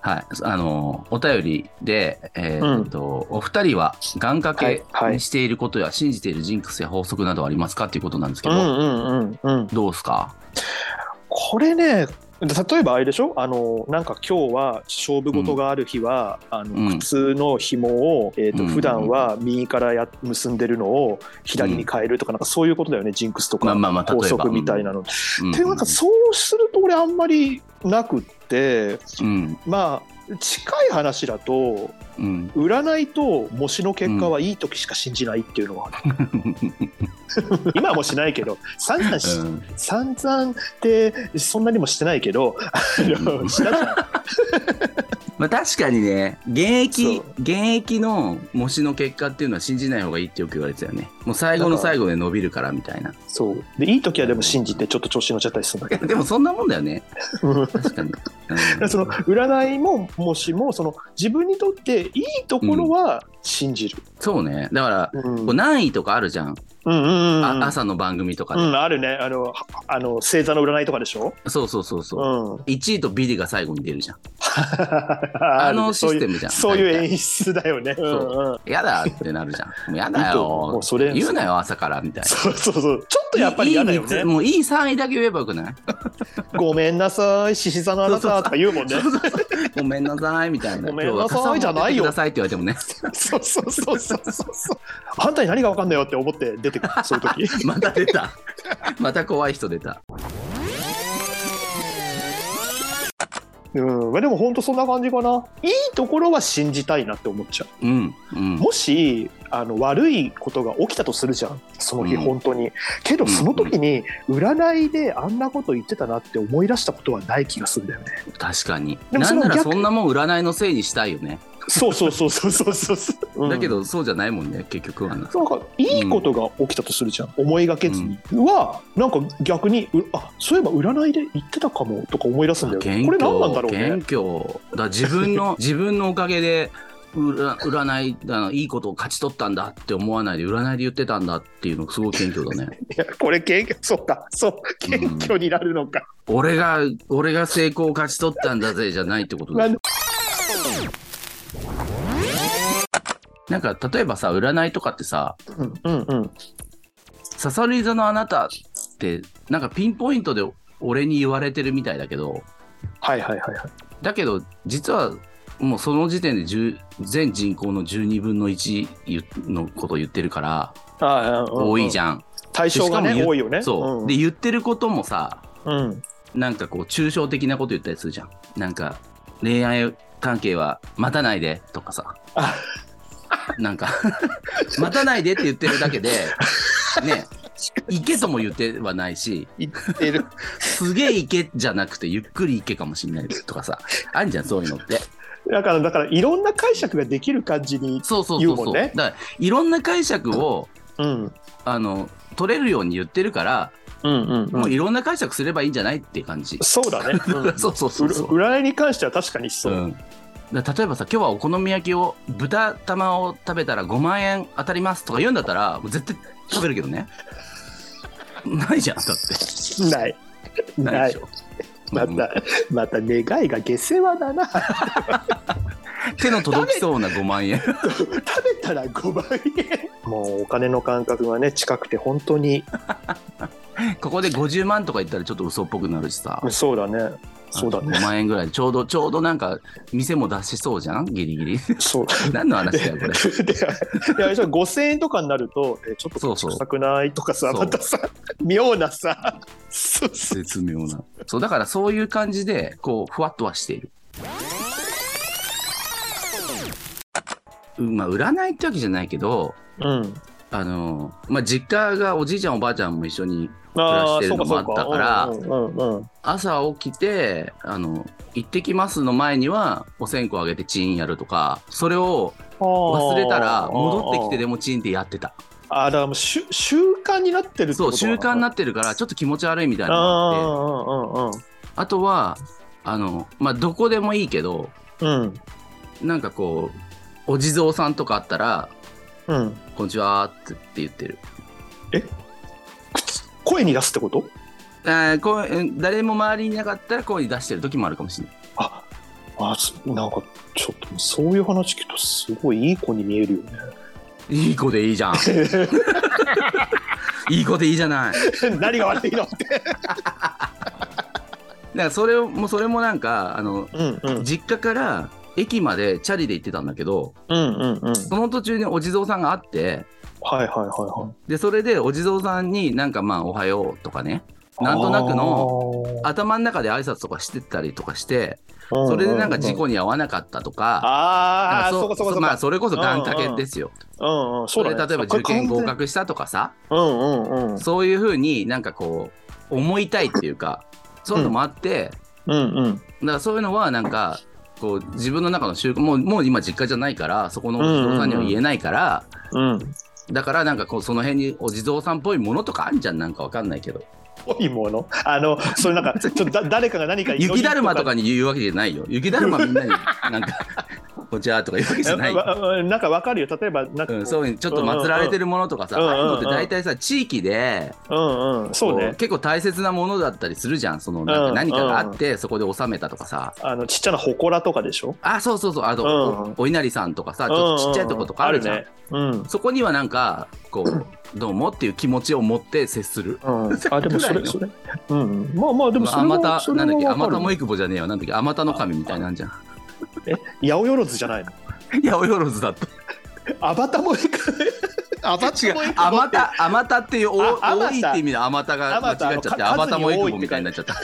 Speaker 2: はいあのお便りで、えー
Speaker 1: うん
Speaker 2: っとお二人は願掛け
Speaker 1: はいはい
Speaker 2: にしていることや信じているジンクスや法則などはありますかっていうことなんですけ
Speaker 1: うん
Speaker 2: ど、
Speaker 1: うんうんうん。
Speaker 2: どうですか
Speaker 1: これね例えばあれでしょあのなんか今日は勝負事がある日は、あの
Speaker 2: うん
Speaker 1: 靴の紐を、えー、と
Speaker 2: うん
Speaker 1: 普段は右からや結んでるのを左に変えるとか,、なんかそういうことだよねジンクスとか
Speaker 2: まあまあまあ例えば
Speaker 1: 法則みたいなの。で
Speaker 2: うん
Speaker 1: なんかそうすると俺あんまりなくって
Speaker 2: うん
Speaker 1: まあ近い話だと
Speaker 2: うん
Speaker 1: 占いと模試の結果はいい時しか信じないっていうのは、今はもうしないけ ど散々し
Speaker 2: うん
Speaker 1: 散々ってそんなにも してないけどあの したじゃん
Speaker 2: まあ確かにね現役
Speaker 1: そう
Speaker 2: 現役の模試の結果っていうのは信じない方がいいってよく言われてたよねもう最後の最後で伸びるからみたいな
Speaker 1: そうでいい時はでも信じてちょっと調子に乗っちゃったりするんだけど
Speaker 2: でもそんなもんだよね
Speaker 1: うん
Speaker 2: 確か に、う
Speaker 1: で
Speaker 2: ん
Speaker 1: その占いももしもその自分にとっていいところは信じる、
Speaker 2: そうねだから
Speaker 1: うん
Speaker 2: こう難易とかあるじゃん、
Speaker 1: うんうんうん
Speaker 2: あ朝の番組とか
Speaker 1: う
Speaker 2: で、
Speaker 1: ん、あるねあのはあの星座の占いとかでしょ、
Speaker 2: そうそうそうそうう、
Speaker 1: ん、
Speaker 2: 1位とビリが最後に出るじゃん
Speaker 1: あ
Speaker 2: あのシステムじゃん
Speaker 1: そういうそういう
Speaker 2: 大体
Speaker 1: 演出だよね、うん
Speaker 2: そう
Speaker 1: うん、
Speaker 2: やだってなるじゃんもうや
Speaker 1: い
Speaker 2: だ
Speaker 1: いと思うも
Speaker 2: よ
Speaker 1: うそれ
Speaker 2: 言うなよ朝からみたいな
Speaker 1: そうそうそうちょっとやっぱり嫌だよ
Speaker 2: いいいい
Speaker 1: ね
Speaker 2: 三つもういい3位だけ言えばよくない
Speaker 1: ごめんなさい獅子座のあなたとか言うもんね
Speaker 2: ごめんなさいみたいな。
Speaker 1: ごめんなさい
Speaker 2: 今日は傘を持って
Speaker 1: じゃないよ
Speaker 2: くださいって言われてもね。
Speaker 1: そうそうそうそうそうそうあんたに何が分かんないよって思 って出てくるそういう時
Speaker 2: また出た。また怖い人出た。
Speaker 1: うんまあ、でも本当そんな感じかないいところは信じたいなって思っちゃう
Speaker 2: うんうん
Speaker 1: もしあの悪いことが起きたとするじゃんその日
Speaker 2: うん
Speaker 1: 本当に、けどその時に占いであんなこと言ってたなって思い出したことはない気がするんだよね
Speaker 2: 確かに
Speaker 1: でも
Speaker 2: な
Speaker 1: そ
Speaker 2: ん
Speaker 1: の
Speaker 2: なら
Speaker 1: 逆
Speaker 2: そんなもん占いのせいにしたいよね、
Speaker 1: そうそうそうそうそうそうそう、うん
Speaker 2: だけどそうじゃないもんね結局はな
Speaker 1: なんかいいことが起きたとするじゃん、思いがけずに、はなんか逆にうあそういえば占いで言ってたかもとか思い出すんだよね
Speaker 2: 謙
Speaker 1: これ
Speaker 2: 虚
Speaker 1: 何なんだろうね
Speaker 2: 謙虚だから自 分の自分のおかげで占占いあのいいことを勝ち取ったんだって思わないで占いで言ってたんだっていうのすごい謙虚 だね
Speaker 1: いやこれ謙虚そうかそう
Speaker 2: うん
Speaker 1: 謙虚になるのか、
Speaker 2: 俺が俺が成功を勝ち取ったんだぜじゃないってこと
Speaker 1: な
Speaker 2: だ
Speaker 1: んで
Speaker 2: なんか例えばさ占いとかってさ
Speaker 1: うんうんうん
Speaker 2: 「さり座のあなた」ってなんかピンポイントで俺に言われてるみたいだけど
Speaker 1: はいはいはいはい
Speaker 2: だけど実はもうその時点で10全人口の12分の1のことを言ってるから
Speaker 1: ああ
Speaker 2: 多いじ
Speaker 1: ゃん
Speaker 2: ゃん。
Speaker 1: 対象が
Speaker 2: しかも
Speaker 1: ね
Speaker 2: 言う
Speaker 1: 多いよね
Speaker 2: そううんで言ってることもさ
Speaker 1: うん
Speaker 2: なんかこう抽象的なこと言ったりするじゃん。なんか恋愛関係は待たないでとか さ
Speaker 1: あ。
Speaker 2: なんか 待たないでって言ってるだけでね行けとも言ってはないし
Speaker 1: 言ってる
Speaker 2: すげえ行けじゃなくてゆっくり行けかもしれないとかさあんじゃんそういうのって
Speaker 1: だからだからいろんな解釈ができる感じに
Speaker 2: そうそう
Speaker 1: 言
Speaker 2: そう
Speaker 1: う
Speaker 2: そ
Speaker 1: も
Speaker 2: うん
Speaker 1: ね
Speaker 2: だからいろんな解釈を
Speaker 1: うん
Speaker 2: あの取れるように言ってるから、
Speaker 1: うんうん
Speaker 2: も
Speaker 1: う
Speaker 2: うんいろんな解釈すればいいんじゃないっていう感じ、
Speaker 1: そうだ ね、うん、
Speaker 2: そうそうそうそう
Speaker 1: うら占いに関しては確かにそう、
Speaker 2: うんだから例えばさ今日はお好み焼きを豚玉を食べたら5万円当たりますとか言うんだったらもう絶対食べるけどねないじゃんだって
Speaker 1: ない
Speaker 2: な
Speaker 1: ないい
Speaker 2: でしょ
Speaker 1: ま
Speaker 2: うん
Speaker 1: た、また願いが下世話だな。 食
Speaker 2: 手の届きそうな5万円
Speaker 1: べたら5万円。もうお金の感覚がね、近くて本当に。
Speaker 2: ここで50万とか言ったらちょっと嘘っぽくなるしさ
Speaker 1: そうだね。そうだね。
Speaker 2: 5万円ぐらいでちょうどちょうどなんか店も出しそうじゃんギリギリ
Speaker 1: そう。
Speaker 2: 何の
Speaker 1: で
Speaker 2: 話だよこれ
Speaker 1: でいやいや5000円とかになると、えちょっ
Speaker 2: そう
Speaker 1: と
Speaker 2: そう
Speaker 1: 臭くないとかさ、
Speaker 2: そう
Speaker 1: またさ、妙なさ、そうそう
Speaker 2: 絶妙な。そう、だからそういう感じで、こう、ふわっとはしている。うんまあ、占いってわけじゃないけど、
Speaker 1: うん。
Speaker 2: あの、まあ、実家がおじいちゃんおばあちゃんも一緒に、
Speaker 1: ああ、
Speaker 2: 暮らして
Speaker 1: そ
Speaker 2: る
Speaker 1: う
Speaker 2: の
Speaker 1: か
Speaker 2: も
Speaker 1: そう
Speaker 2: あった
Speaker 1: か。
Speaker 2: から
Speaker 1: うんうんうん
Speaker 2: 朝起きて、あの、行ってきますの前には、お線香あげてチンやるとか、それを忘れたら、戻ってきてで
Speaker 1: も。
Speaker 2: もチンってやってた。
Speaker 1: ああ、だからもう習習慣になってるって
Speaker 2: そ
Speaker 1: こ
Speaker 2: う、
Speaker 1: と
Speaker 2: 習慣にな
Speaker 1: って
Speaker 2: ってるから、ちょっと気持ち悪いみたい
Speaker 1: あ
Speaker 2: なのがあって、
Speaker 1: あ、うんうん
Speaker 2: あとは、あの、まあ、どこでもいいけど、
Speaker 1: うんうん。
Speaker 2: なんかこう、お地蔵さんとかあったら、
Speaker 1: うん。うん。
Speaker 2: こんにちはって言ってる。
Speaker 1: 声に出すってこと
Speaker 2: あーこううん誰も周りにいなかったら声に出してる時もあるかもしれない。
Speaker 1: ああすなんかちょっとそういう話聞くとすごいいい子に見えるよね。
Speaker 2: いい子でいいじ ゃん。いい子でいいじゃない。だか
Speaker 1: 何が悪いのって。
Speaker 2: らそれをもうそれもなんかあの
Speaker 1: うんうん
Speaker 2: 実家から駅までチャリで行ってたんだけど、
Speaker 1: うんうんうん。はい
Speaker 2: その途中にお地蔵さんがあって、
Speaker 1: はいはいは
Speaker 2: でそれでお地蔵さんになんかまあおはようとかね、
Speaker 1: い。
Speaker 2: なんとなくの
Speaker 1: あ
Speaker 2: 頭の中で挨拶とかしてたりとかして、
Speaker 1: ー、
Speaker 2: それでなんか事
Speaker 1: に。
Speaker 2: 故に遭わなかったとか。
Speaker 1: あ
Speaker 2: な
Speaker 1: あ
Speaker 2: んか
Speaker 1: そうかそうかそう
Speaker 2: まあ
Speaker 1: か。
Speaker 2: それこそ願掛けですよ。
Speaker 1: うんうんそ
Speaker 2: そう
Speaker 1: だね。
Speaker 2: れ例えば
Speaker 1: こ
Speaker 2: 受
Speaker 1: れ
Speaker 2: 験合。格したとかさ、
Speaker 1: 完全うんうんうん
Speaker 2: そういうふうになんかこう思いたいっていうか、そういうのもあって、
Speaker 1: うんうん。
Speaker 2: だからそういうのはなんかこう自分の中の習慣もうもう今実家じゃないからそこのお地蔵さんには言えないから、
Speaker 1: うん。
Speaker 2: だからなんかこうその辺にお地蔵さんっぽいものとかあんじゃんなんかわかんないけど
Speaker 1: ぽいもの。あのそれなん かちょっとだ誰かが何か祈り
Speaker 2: 雪だるまとかに言うわけじゃないよ雪だるまみんなになんか 「こちら」とか言うわけじゃな いよ。
Speaker 1: わわなんかわかるよ。例えばなんかこ
Speaker 2: う、
Speaker 1: うん
Speaker 2: そういうのちょっと祀られてるものとかさ、
Speaker 1: うんうんうん
Speaker 2: ああいうのって大体さ地域で
Speaker 1: うんうんそう
Speaker 2: こう
Speaker 1: ね。
Speaker 2: 結構大切なものだったりするじゃんそのなん
Speaker 1: う
Speaker 2: か
Speaker 1: ん
Speaker 2: 何かがあって、そこで収めたとかさ
Speaker 1: あのちっちゃな祠とかでしょ。
Speaker 2: あそうそうそうあと、
Speaker 1: うん
Speaker 2: お稲荷さんとかさちょっとちっちゃいとことかあるじゃん、
Speaker 1: うううあるね。うん。
Speaker 2: そこにはなんかこ うどうもっていう気持ちを持って接する。
Speaker 1: うん、あでもそれ
Speaker 2: ぐらいの
Speaker 1: それ、うん、まあまあでもそ
Speaker 2: あ
Speaker 1: れ
Speaker 2: ま
Speaker 1: も
Speaker 2: た
Speaker 1: それ
Speaker 2: なんだっけあ
Speaker 1: わ
Speaker 2: ま
Speaker 1: か
Speaker 2: た
Speaker 1: る
Speaker 2: もいくぼじゃねえよなんだっけあまたの神みたいなんじゃん
Speaker 1: 八百万じゃないの
Speaker 2: いやおよろずだった
Speaker 1: アバタもいくアバ
Speaker 2: 違う あまたあまたっていうお
Speaker 1: ああま
Speaker 2: 多
Speaker 1: た
Speaker 2: いって意味のあまたが
Speaker 1: あまた
Speaker 2: 間違っちゃって
Speaker 1: あの
Speaker 2: あ
Speaker 1: か
Speaker 2: またもいく
Speaker 1: 数
Speaker 2: ぼ
Speaker 1: に多い
Speaker 2: み
Speaker 1: ったて
Speaker 2: いになっちゃった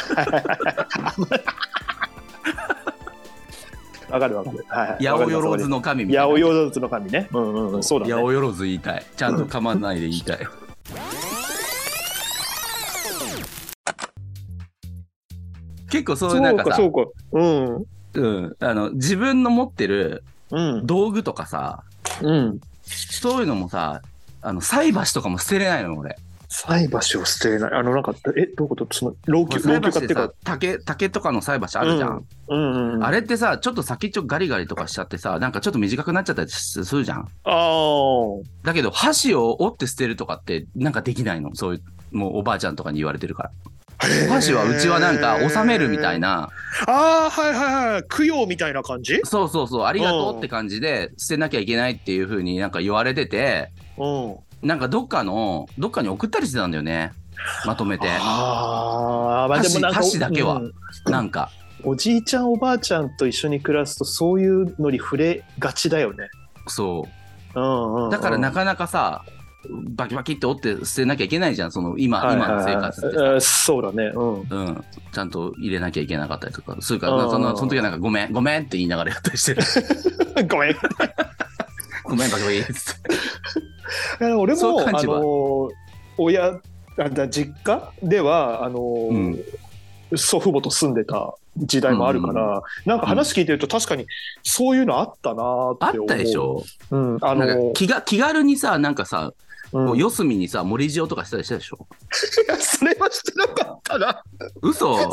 Speaker 1: わかるわかる。はいはい。
Speaker 2: 八
Speaker 1: わ
Speaker 2: 百
Speaker 1: かり
Speaker 2: 万
Speaker 1: ます
Speaker 2: の神みたい
Speaker 1: 八
Speaker 2: な。
Speaker 1: 百万の神ね。うんうんうん。そうだ
Speaker 2: 八
Speaker 1: ね。
Speaker 2: 百万言いたい。ちゃんと噛まないで言 いたい。結構そういうな
Speaker 1: そ
Speaker 2: ん
Speaker 1: う
Speaker 2: か
Speaker 1: か
Speaker 2: さ
Speaker 1: そうか。うん
Speaker 2: うん、あの自分の持ってる
Speaker 1: うん
Speaker 2: 道具とかさ
Speaker 1: うん。
Speaker 2: そういうのもさあの菜箸とかも捨てれないの俺
Speaker 1: 菜箸を捨てない。あのなんかえどういうことその老朽老朽
Speaker 2: 菜
Speaker 1: 化っ
Speaker 2: 箸
Speaker 1: てい
Speaker 2: っ
Speaker 1: う
Speaker 2: て
Speaker 1: か
Speaker 2: さ。竹竹とかの菜箸あるじゃん、
Speaker 1: うんうんうん。
Speaker 2: あれってさちょっと先っちょガリガリとかしちゃってさなんかちょっと短くなっちゃったりするじゃん
Speaker 1: あー
Speaker 2: だけど箸を折って捨てるとかってなんかできないのそういうもうおばあちゃんとかに言われてるからお箸はうちはなんか収めるみたい。な
Speaker 1: ああはいはいはい。供養みたいな感じ？
Speaker 2: そうそうそうありがとうって感じで捨てなきゃいけないっていう風になんか言われてて
Speaker 1: うん。
Speaker 2: なんかどっかのどっかに送ったりしてたんだよねまとめて
Speaker 1: ああまあでもなんか
Speaker 2: 箸箸だけは
Speaker 1: うん
Speaker 2: なんか
Speaker 1: おじいちゃんおばあちゃんと一緒に暮らすとそういうのに触れがちだよね。
Speaker 2: そ
Speaker 1: うんうんう
Speaker 2: うんだからなかなかさバキバキって折って捨てなきゃいけないじゃんその今、
Speaker 1: はいはいはい
Speaker 2: 今の生活って
Speaker 1: え
Speaker 2: さ
Speaker 1: ーそうだね。うん。
Speaker 2: うん、ちゃんと入れなきゃいけなかったりとかそういうか
Speaker 1: うん
Speaker 2: そのその時はなんかごめんごめんって言いながらやったりして る
Speaker 1: ごめん。
Speaker 2: ごめんバキバキっつって
Speaker 1: いや俺
Speaker 2: そう
Speaker 1: もあ
Speaker 2: 感
Speaker 1: の
Speaker 2: じは
Speaker 1: ー親あだ実家ではあのー
Speaker 2: うん
Speaker 1: 祖父母と住んでた時代もあるから、
Speaker 2: うん
Speaker 1: なんか話聞いてると確かにそういうのあったなー
Speaker 2: あ
Speaker 1: って思う。
Speaker 2: ったでし。ょ、
Speaker 1: うん、あの
Speaker 2: なん
Speaker 1: ー
Speaker 2: か気が気軽にさなんかさ、
Speaker 1: うん
Speaker 2: こう四隅にさ盛り塩とかしたりしたでしょ
Speaker 1: いやそれはしてなかったな。
Speaker 2: 嘘
Speaker 1: いや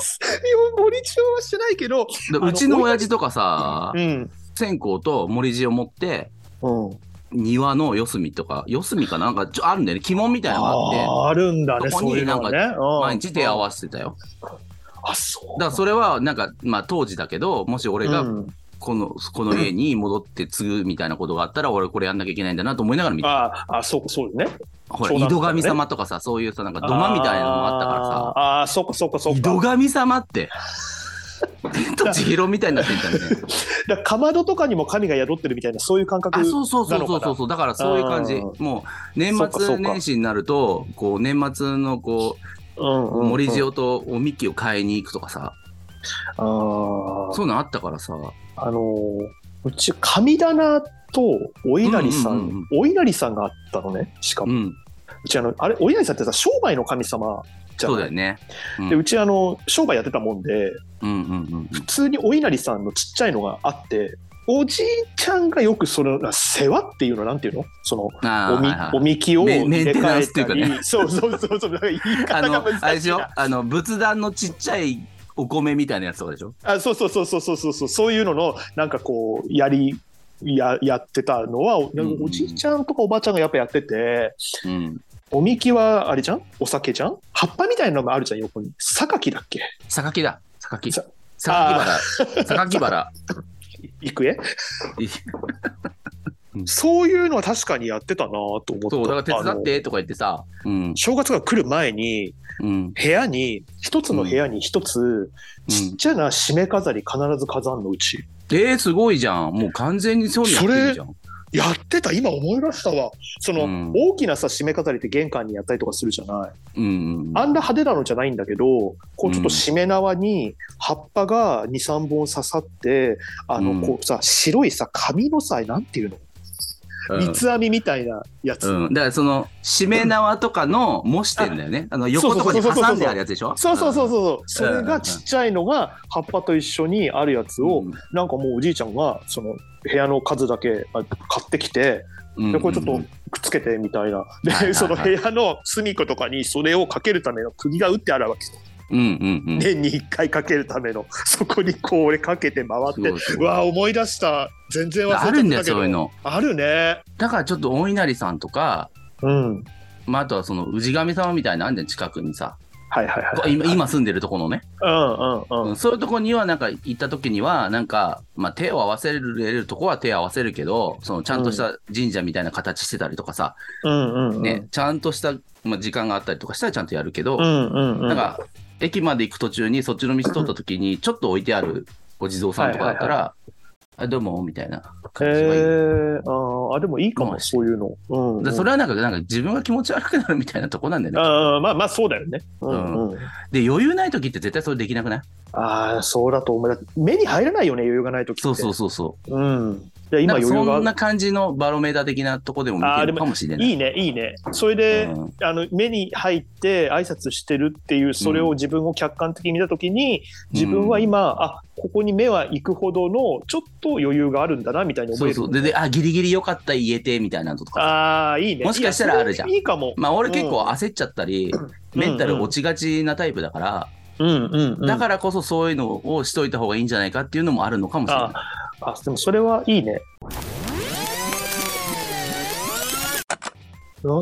Speaker 1: 森千代はしてないけど。
Speaker 2: で
Speaker 1: あの
Speaker 2: うちの親父とかさ
Speaker 1: うん。
Speaker 2: 線香と盛り塩持って
Speaker 1: うん。
Speaker 2: 庭の四隅とか四隅かなんかちょあるんだよね鬼門みたいなのがあって
Speaker 1: あーあるんだね。
Speaker 2: そこに
Speaker 1: そういうのがね。うん
Speaker 2: 毎日手合わせてたよ
Speaker 1: あそう。
Speaker 2: だからそれはなんかまあ当時だけどもし俺が
Speaker 1: うん
Speaker 2: この,、この家に戻って継ぐみたいなことがあったら俺これやんなきゃいけないんだなと思いながら見てた
Speaker 1: ああそうそうね。
Speaker 2: ほら
Speaker 1: そうなん
Speaker 2: 井
Speaker 1: だね
Speaker 2: 戸神様とかさそういうさなんか土間みたいなのもあったからさ
Speaker 1: あーあーそうかそうかそうか。
Speaker 2: 井戸神様って 天と千尋みたいになってんだよね
Speaker 1: だからかまどとかにも神が宿ってるみたいなそういう感覚
Speaker 2: あそうそうそうそ
Speaker 1: な
Speaker 2: うそ
Speaker 1: の
Speaker 2: う
Speaker 1: か
Speaker 2: そうだからそういう感じ
Speaker 1: う
Speaker 2: もう年
Speaker 1: そうかそ
Speaker 2: 末
Speaker 1: うか
Speaker 2: 年始になるとこう年末のこ
Speaker 1: うん
Speaker 2: う森塩とおみきを買いに行くとかさ
Speaker 1: あー
Speaker 2: そういうのあったからさ
Speaker 1: あのーうち神棚とお稲荷さん,、
Speaker 2: うんうんうんうん
Speaker 1: お稲荷さんがあったのねしか
Speaker 2: う
Speaker 1: も、うんちあのあれお稲荷さんってさ商売の神様じゃ
Speaker 2: そ
Speaker 1: ないう
Speaker 2: だよねうん
Speaker 1: でうちあの商売やってたもんで
Speaker 2: うんうんうん
Speaker 1: 普通にお稲荷さんのちっちゃいのがあっておじいちゃんがよくその世話っていうのなんていうのその
Speaker 2: うんあー
Speaker 1: おみ
Speaker 2: はいはい
Speaker 1: おみきを
Speaker 2: メ
Speaker 1: 入れ
Speaker 2: メンテナ
Speaker 1: 替
Speaker 2: ン
Speaker 1: え
Speaker 2: スって
Speaker 1: た
Speaker 2: いうか
Speaker 1: り、
Speaker 2: ね
Speaker 1: そうそうそうそうなんか言い方が
Speaker 2: あの
Speaker 1: 難しい、な
Speaker 2: あれでしょあの、仏壇のちっちゃいお米みたいなやつとかでしょ
Speaker 1: あそうそうそうそうそうそうそうそういうののなんかこうやりややってたのはお
Speaker 2: うんうん
Speaker 1: おじいちゃんとかおばあちゃんがやっぱやってて
Speaker 2: うん。
Speaker 1: おみきはあれじゃんお酒じゃん葉っぱみたいなのがあるじゃん横に榊だっけ
Speaker 2: 榊だ。榊。
Speaker 1: さ
Speaker 2: 榊原。榊原。
Speaker 1: 郁恵そういうのは確かにやってたなと思った
Speaker 2: そう、だから手伝っ
Speaker 1: あの
Speaker 2: てとか言ってさ。うん。
Speaker 1: 正月が来る前に
Speaker 2: うん。
Speaker 1: 部屋に一つの部屋に一つ
Speaker 2: うん
Speaker 1: ちっちゃな締め飾り必ず飾るのうち、
Speaker 2: えー、すごいじゃん。もう完全にそうにやってるじゃん。
Speaker 1: やってた今思い出したわその、
Speaker 2: うん
Speaker 1: 大きなさ締め飾りって玄関にやったりとかするじゃない
Speaker 2: うんうん。
Speaker 1: あんな派手なのじゃないんだけど、こうちょっとしめ縄に葉っぱが2、3本刺さって、あ
Speaker 2: うん
Speaker 1: の、こうさ、白いさ、紙のさ、なんていうの三つ編みみたいなやつ。
Speaker 2: うん。だからその、しめ縄とかの模してんだよね。あの、横とかに挟んであるやつでしょ
Speaker 1: そうそうそううそう。それがちっちゃいのが葉っぱと一緒にあるやつを、
Speaker 2: ん。
Speaker 1: なんかもうおじいちゃんが、その、部屋の数だけあ買ってきて、
Speaker 2: うん
Speaker 1: でこれちょっとくっつけてみたいな。で、
Speaker 2: はいはいはい
Speaker 1: その部屋の隅っことかにそれをかけるための釘が打ってあるわけ。
Speaker 2: うんうんうん。
Speaker 1: 年に1回かけるための、 そこにこう俺かけて回っ
Speaker 2: す
Speaker 1: て
Speaker 2: ごいす
Speaker 1: う
Speaker 2: ごい
Speaker 1: わ思い出した全然忘れちゃったけ
Speaker 2: あ
Speaker 1: ど
Speaker 2: るんだよ、そういうの。
Speaker 1: あるね
Speaker 2: だからちょっとお稲荷さんとか、
Speaker 1: うん
Speaker 2: まあ、あとはその氏神様みたいなのあんじゃん近くにさ
Speaker 1: はいはいはい
Speaker 2: 今今住んでるとこのね、
Speaker 1: うんうん
Speaker 2: う
Speaker 1: うん
Speaker 2: んそういうとこにはなんか行った時にはなんか、まあ、手を合わせれるとこは手を合わせるけどそのちゃんとした神社みたいな形してたりとかさ、
Speaker 1: うんうんうん
Speaker 2: ね、ちゃんとした、まあ、時間があったりとかしたらちゃんとやるけど、
Speaker 1: うんうんうん
Speaker 2: なんか駅まで行く途中にそっちの道通った時にちょっと置いてあるお地蔵さんとかだったら
Speaker 1: は
Speaker 2: 「あどうも」みたいな
Speaker 1: へ
Speaker 2: 感じがいい。
Speaker 1: えああでもいいか
Speaker 2: まあ
Speaker 1: もそういうのうんう
Speaker 2: で
Speaker 1: ん
Speaker 2: それはなんかなんか自分が気持ち悪くなるみたいなとこなんだよね。
Speaker 1: ああまあまあそうだよねうんうん
Speaker 2: で余裕ない時って絶対それできなくない
Speaker 1: ああ、そうだと思う。だって目に入らないよね、余裕がないときって。。
Speaker 2: そうそうそうそう
Speaker 1: うん。いや、
Speaker 2: う。
Speaker 1: 今
Speaker 2: な
Speaker 1: 余
Speaker 2: んか
Speaker 1: 裕
Speaker 2: そん
Speaker 1: が
Speaker 2: な感じのバロメーター的なとこでも見
Speaker 1: あーで
Speaker 2: てる
Speaker 1: も
Speaker 2: かもしれない。
Speaker 1: いいね、いいね。それで、
Speaker 2: うん
Speaker 1: あの目に入って挨拶してるっていうそれを自分を客観的に見た時に、自分は今、あここに目は行くほどのちょっと余裕があるんだなみたいに
Speaker 2: そ
Speaker 1: 思え
Speaker 2: う
Speaker 1: る
Speaker 2: そう。で、で、あ、ギリギリ良かった言えて、みたいなのとか。
Speaker 1: ああいいね
Speaker 2: もしかしたら
Speaker 1: いや
Speaker 2: あるじゃん
Speaker 1: それいいかも、
Speaker 2: まあ、俺結構焦っちゃったり、メンタル落ちがちなタイプだから、
Speaker 1: うんうんうん、
Speaker 2: だからこそそういうのをしといた方がいいんじゃないかっていうのもあるのかもしれない。
Speaker 1: あでもそれはいいねあ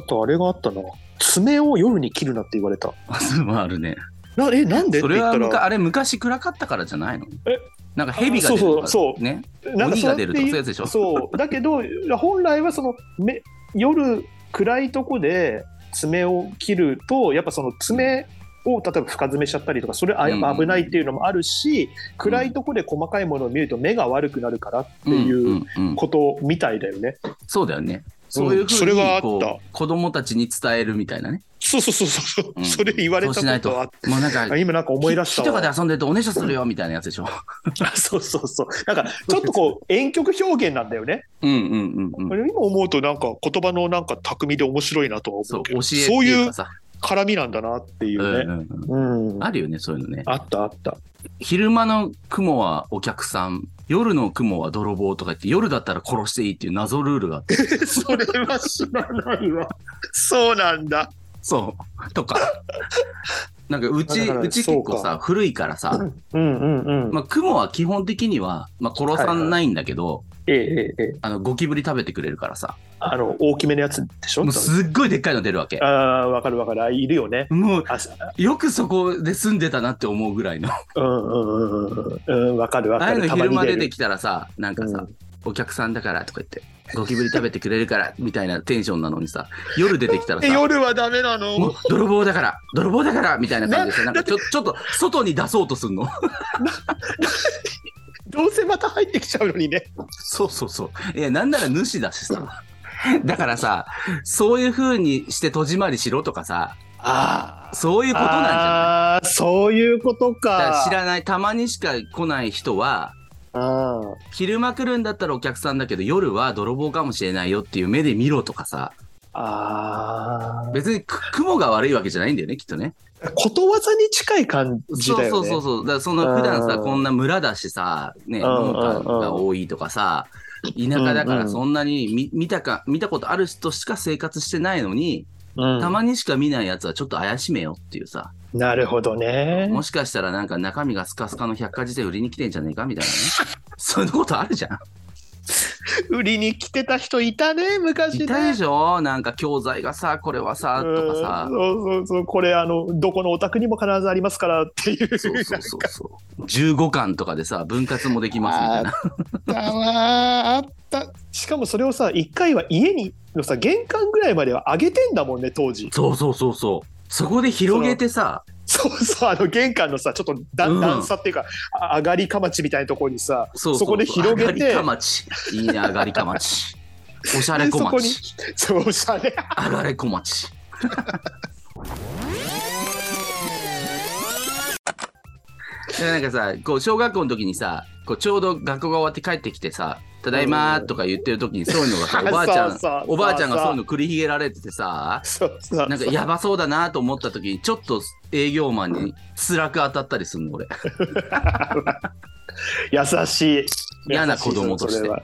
Speaker 1: とあれがあったな爪を夜に切るなって言われた
Speaker 2: それもあるね。
Speaker 1: なえなんでって
Speaker 2: それ
Speaker 1: 言っ
Speaker 2: は
Speaker 1: た
Speaker 2: むからあれ昔暗かったからじゃないの
Speaker 1: え
Speaker 2: なんか蛇が出ると
Speaker 1: あ
Speaker 2: か
Speaker 1: そうそうそう
Speaker 2: ね
Speaker 1: なんか
Speaker 2: 鬼
Speaker 1: それ
Speaker 2: が
Speaker 1: って
Speaker 2: 出るとかそういうやつでしょ
Speaker 1: そうだけ ど本来はそのめ夜暗いとこで爪を切るとやっぱその爪を例えば深爪しちゃったりとかそれあやっぱ危ないっていうのもあるし、暗いとこで細かいものを見ると目が悪くなるからって
Speaker 2: ん
Speaker 1: いうん
Speaker 2: うん
Speaker 1: ことみたいだよね。
Speaker 2: そうだよねそういうふ
Speaker 1: そうれ
Speaker 2: に
Speaker 1: はあった
Speaker 2: こう子供たちに伝えるみたいなね、
Speaker 1: そうそうそうそう、
Speaker 2: うん
Speaker 1: それ言われた
Speaker 2: そうしな
Speaker 1: こ
Speaker 2: い
Speaker 1: とはあっ
Speaker 2: と
Speaker 1: て
Speaker 2: もうなんか
Speaker 1: あ今なんか思い出した
Speaker 2: 木と
Speaker 1: わ
Speaker 2: かで遊んでるとおねしょするよみたいなやつでしょ
Speaker 1: そうそうそうなんかちょっとこう遠曲表現なんだよね、
Speaker 2: うんうんうんうん
Speaker 1: 今思うとなんか言葉のなんか巧みで面白いなとは
Speaker 2: そ
Speaker 1: 思
Speaker 2: う
Speaker 1: うけど
Speaker 2: 教えって
Speaker 1: そう
Speaker 2: い
Speaker 1: いうう
Speaker 2: かさ
Speaker 1: 絡みなんだなっていううんね、
Speaker 2: うんうん
Speaker 1: うん、
Speaker 2: あるよねそういうのね
Speaker 1: あったあ った。
Speaker 2: 昼間の雲はお客さん夜の雲は泥棒とか言って夜だったら殺していいっていう謎ルールがあって
Speaker 1: それは知らないわ。そうなんだ。
Speaker 2: そう とかなんかうち
Speaker 1: だから
Speaker 2: うち結構さ古いから
Speaker 1: う
Speaker 2: さ、
Speaker 1: んうんうん。
Speaker 2: まあ、雲は基本的には、まあ、殺さないんだけど、
Speaker 1: ええええええ。
Speaker 2: あのゴキブリ食べてくれるからさ
Speaker 1: あの、大きめのやつでしょ
Speaker 2: もうすっごいでっかいの出るわけ
Speaker 1: ああ、わかるわかる。あいるよね。
Speaker 2: もう
Speaker 1: あす
Speaker 2: よくそこで住んでたなって思うぐらいのあ
Speaker 1: うんうんうんうんうん。うん、わかるわ
Speaker 2: あ
Speaker 1: か
Speaker 2: いう
Speaker 1: る。
Speaker 2: の
Speaker 1: たま
Speaker 2: 昼
Speaker 1: に
Speaker 2: 間
Speaker 1: 出
Speaker 2: 出
Speaker 1: る
Speaker 2: て。きたらさなんかさ、
Speaker 1: う
Speaker 2: お客さんだからとか言ってゴキブリ食べてくれるからみたいなテンションなのにさ夜出てきたら
Speaker 1: え、
Speaker 2: さ
Speaker 1: 夜はダメな
Speaker 2: も
Speaker 1: の
Speaker 2: う泥棒だから泥棒だからみたいな感じでさなんかちょちょっと外に出そうとすんの
Speaker 1: どうせまた入ってきちゃうのにね。
Speaker 2: そうそうそういやなんなら主だしさ だからさそういう風にして戸締まりしろとかさ
Speaker 1: ああ。
Speaker 2: そういうことなんじゃ
Speaker 1: ああ、そういうこと
Speaker 2: ないだか。
Speaker 1: から
Speaker 2: 知らないたまにしか来ない人は
Speaker 1: あー
Speaker 2: 昼間来るんだったらお客さんだけど夜は泥棒かもしれないよっていう目で見ろとかさ
Speaker 1: あ
Speaker 2: 別にく雲が悪いわけじゃないんだよねきっとね
Speaker 1: ー。ことわざに近い感じ
Speaker 2: そ
Speaker 1: だ
Speaker 2: う
Speaker 1: よね。
Speaker 2: そうそう
Speaker 1: う
Speaker 2: そうだからその普段さ
Speaker 1: うん
Speaker 2: こんな村だしさね
Speaker 1: うんうんうん
Speaker 2: 農家が多いとかさ田舎だか
Speaker 1: うんう
Speaker 2: ら
Speaker 1: ん
Speaker 2: そんなに見見たか見たことある人しか生活してないのに
Speaker 1: ん
Speaker 2: たまにしか見ないやつはちょっと怪しめよっていうさ
Speaker 1: なるほどね。
Speaker 2: もしかしたらなんか中身がスカスカの百科事典売りに来てんじゃねえかみたいなね そういうことあるじゃん
Speaker 1: 売りに来てた人いたね昔ね
Speaker 2: いたでしょなんか教材がさこれはさとかさ
Speaker 1: うんそうそうそうこれあのどこのお宅にも必ずありますからっていう
Speaker 2: そうそうそうそう。15巻とかでさ、分割もできますみた
Speaker 1: だ
Speaker 2: いな。
Speaker 1: わあったしかもそれをさ1回は家にのさ玄関ぐらいまでは上げてんだもんね当時
Speaker 2: そうそうそうそう。そこで広げてさ、
Speaker 1: そうそうあの玄関のさちょっと
Speaker 2: うん
Speaker 1: 段段差っていうか、あ上がりかまちみたいなところにさ
Speaker 2: そうう
Speaker 1: そこで広げて
Speaker 2: 上がりかまち。いいね、上がりかまち。おしゃれこま
Speaker 1: で
Speaker 2: ち。
Speaker 1: そうおしゃれ
Speaker 2: 上がれこま ち。でなんかさこう小学校の時にさこうちょうど学校が終わって帰ってきてさ「ただいま」とか言ってる時にそういうのがさおばあちゃ
Speaker 1: そうそうそうん
Speaker 2: おばあちゃんがそういうの繰り広げられててさ
Speaker 1: そうそう
Speaker 2: なんかやばそうだなと思った時にちょっと営業マンに辛く当たったりするの俺
Speaker 1: 優しい
Speaker 2: 嫌な子供として
Speaker 1: 優い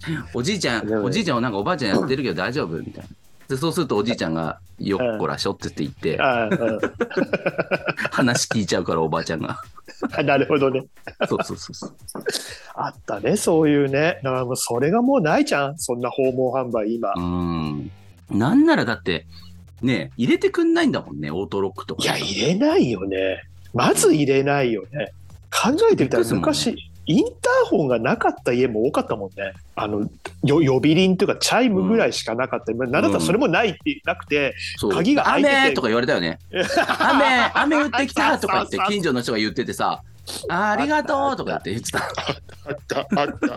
Speaker 1: それは
Speaker 2: おじいちゃん
Speaker 1: でもね
Speaker 2: おじいちゃんをなんかおばあちゃんやってるけど大丈夫みたいなでそうするとおじいちゃんが「よっこらしょ」って言って
Speaker 1: あー
Speaker 2: 話聞いちゃうからおばあちゃんが
Speaker 1: うん なるほどね
Speaker 2: そうそうそうそう
Speaker 1: あったね、そういうね。だからもうそれがもうないじゃん、そんな訪問販売、今
Speaker 2: う。ーんなんならだってねえ入れてくんないんだもんねオートロックとか
Speaker 1: いや、入れないよね。まず入れないよね。考えてみたら
Speaker 2: びっくりす
Speaker 1: 昔、インターホンがなかった家も多かったもんね。あの、よ呼び鈴というか、チャイムぐらいしかなかった。まあなんだったらそれもないって、なくて、
Speaker 2: そう
Speaker 1: 鍵が開いてて
Speaker 2: 雨とか言われたよね雨雨降ってきたとか言って
Speaker 1: あああ
Speaker 2: 近所の人が言っててさあありがとうとか言って言ってた。
Speaker 1: あったあった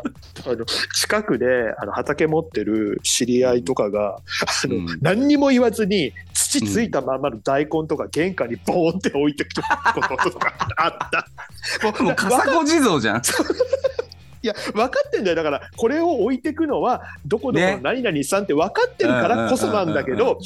Speaker 1: あの近くであの畑持ってる知り合いとかが、あの
Speaker 2: うん
Speaker 1: 何にも言わずに土ついたまんまの大根とか玄関にボーンって置いてくることとかあった。
Speaker 2: もう笠子地蔵じゃん。
Speaker 1: いや分かってんだよだからこれを置いてくのはどこどこの
Speaker 2: ね
Speaker 1: 何々さんって分かってるからこそなんだけど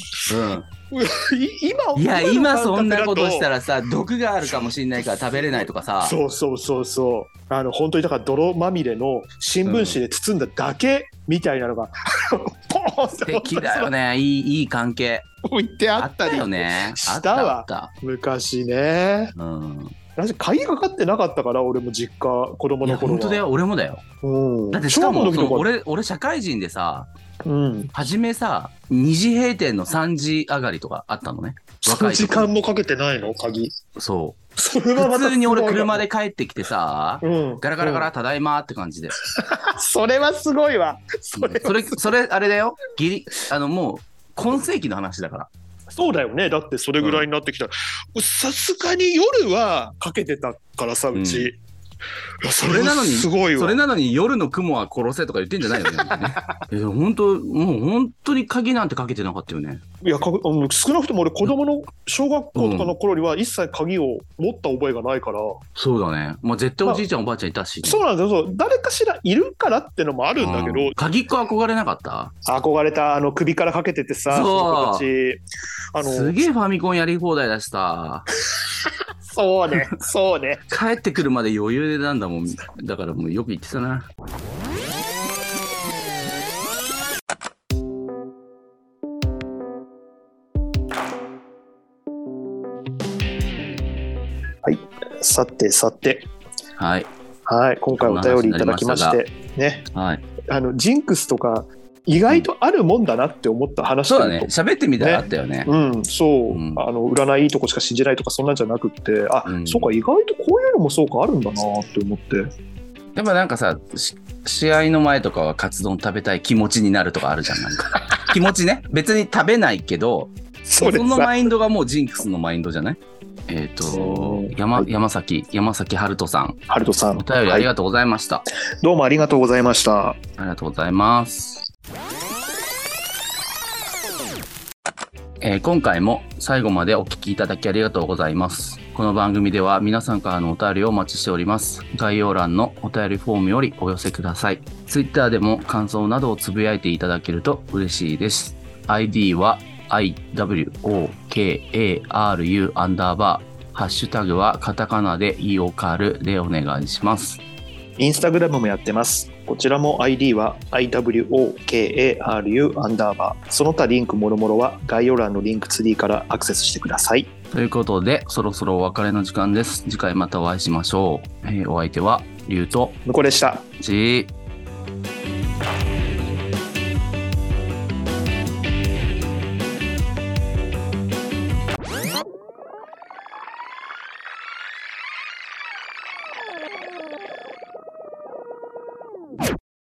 Speaker 1: い今
Speaker 2: うん、いや今そんなことした
Speaker 1: ら
Speaker 2: らさ毒があるかもしれないから食べれないとかさ。
Speaker 1: そうそうそうそうあの本当にだから泥まみれの新聞紙で包んだだけみたいなのが、 ポーンっ
Speaker 2: 素
Speaker 1: て
Speaker 2: 敵だよね。いいいい関係。
Speaker 1: 置いてあ
Speaker 2: あ
Speaker 1: っ
Speaker 2: った
Speaker 1: たり
Speaker 2: よね。あっ
Speaker 1: したた
Speaker 2: あ
Speaker 1: わ
Speaker 2: った。
Speaker 1: 昔ね
Speaker 2: うん。
Speaker 1: 私鍵かかってなかったから俺も実家子供
Speaker 2: いや
Speaker 1: の頃は
Speaker 2: 本当だよ俺もだよ。
Speaker 1: うん、
Speaker 2: だってしかも
Speaker 1: 小学
Speaker 2: そ
Speaker 1: 校の時
Speaker 2: の
Speaker 1: とか
Speaker 2: 俺俺社会人でさ
Speaker 1: うん、
Speaker 2: 初めさ二次閉店の三時上がりとかあったのね。
Speaker 1: その時
Speaker 2: 頃
Speaker 1: 間もかけてないの鍵
Speaker 2: そ
Speaker 1: それ
Speaker 2: う
Speaker 1: はまた
Speaker 2: 普通に俺
Speaker 1: すごいな
Speaker 2: 車で帰ってきてさ
Speaker 1: うん、
Speaker 2: ガラガラガラただいまって感じで
Speaker 1: それはすごいわ。それ
Speaker 2: それ、それ、あれだよ。ギリ、あの、もう、今世紀の話だから。
Speaker 1: そうだよね。だってそれぐらいになってきたら、さすがに夜はかけてたからさ、うち。
Speaker 2: うん
Speaker 1: いやそ
Speaker 2: そ
Speaker 1: れ
Speaker 2: れ
Speaker 1: な
Speaker 2: なの
Speaker 1: の
Speaker 2: に
Speaker 1: にすごい
Speaker 2: それ
Speaker 1: わ。
Speaker 2: なのに、夜の雲は殺せとか言ってんじ ゃないよね。え、本当もう本当に鍵なんてかけてなかったよね。
Speaker 1: いやかうん少なくとも俺子供の小学校とかの頃には一切鍵を持った覚えがないから、
Speaker 2: そうだね。まあ、絶対おじいちゃん、おばあちゃんいたしね、
Speaker 1: そうなんですよそう誰かしらいるからってのもあるんだけど、
Speaker 2: うん鍵っ子憧れなかった
Speaker 1: 憧れたあの首からかけててさ
Speaker 2: そ
Speaker 1: の
Speaker 2: う
Speaker 1: 子たちあ
Speaker 2: す
Speaker 1: の
Speaker 2: げえファミコンやり放題だしさ、
Speaker 1: そうねそうね
Speaker 2: 帰ってくるまで余裕でなんだもん。だからもうよく言ってたな。
Speaker 1: さてさて
Speaker 2: はい。
Speaker 1: はい今回お便りいただきましてね
Speaker 2: はい。
Speaker 1: あのジンクスとか意外とあるもんだなって思った話
Speaker 2: そうだ
Speaker 1: という
Speaker 2: ね
Speaker 1: と。
Speaker 2: 喋ってみたらあったよね。
Speaker 1: うん、そう、
Speaker 2: うん
Speaker 1: あの占いいいとこしか信じないとかそんなんじゃなくってあ、
Speaker 2: うん
Speaker 1: そうか意外とこういうのもそうかあるんだなって思って
Speaker 2: やっぱなんかさ、し試合の前とかはカツ丼食べたい気持ちになるとかあるじゃん、なんか。 気持ちね。別に食べないけど、
Speaker 1: そ
Speaker 2: そのマインドがもうジンクスのマインドじゃないえっ、と
Speaker 1: そう、
Speaker 2: 山、
Speaker 1: はい
Speaker 2: 山崎、山崎春人さん、
Speaker 1: ハルトさん
Speaker 2: お便りあり
Speaker 1: はい
Speaker 2: がとうございました。
Speaker 1: どうもありがとうございました
Speaker 2: ありがとうございます。えー今回も最後までお聞きいただきありがとうございます。この番組では皆さんからのお便りをお待ちしております。概要欄のお便りフォームよりお寄せください。Twitter でも感想などをつぶやいていただけると嬉しいです。ID は IWOKARU アンダーバー。ハッシュタグはカタカナで EOKAR でお願いします。
Speaker 1: インスタグラムもやってますこちらも ID は IWOKARU アンダーバーその他リンクもろもろは概要欄のリンクツリーからアクセスしてください
Speaker 2: ということで、そろそろお別れの時間です。次回またお会いしましょう。えーお相手は、りゅうと、
Speaker 1: 向こうでした
Speaker 2: ちー。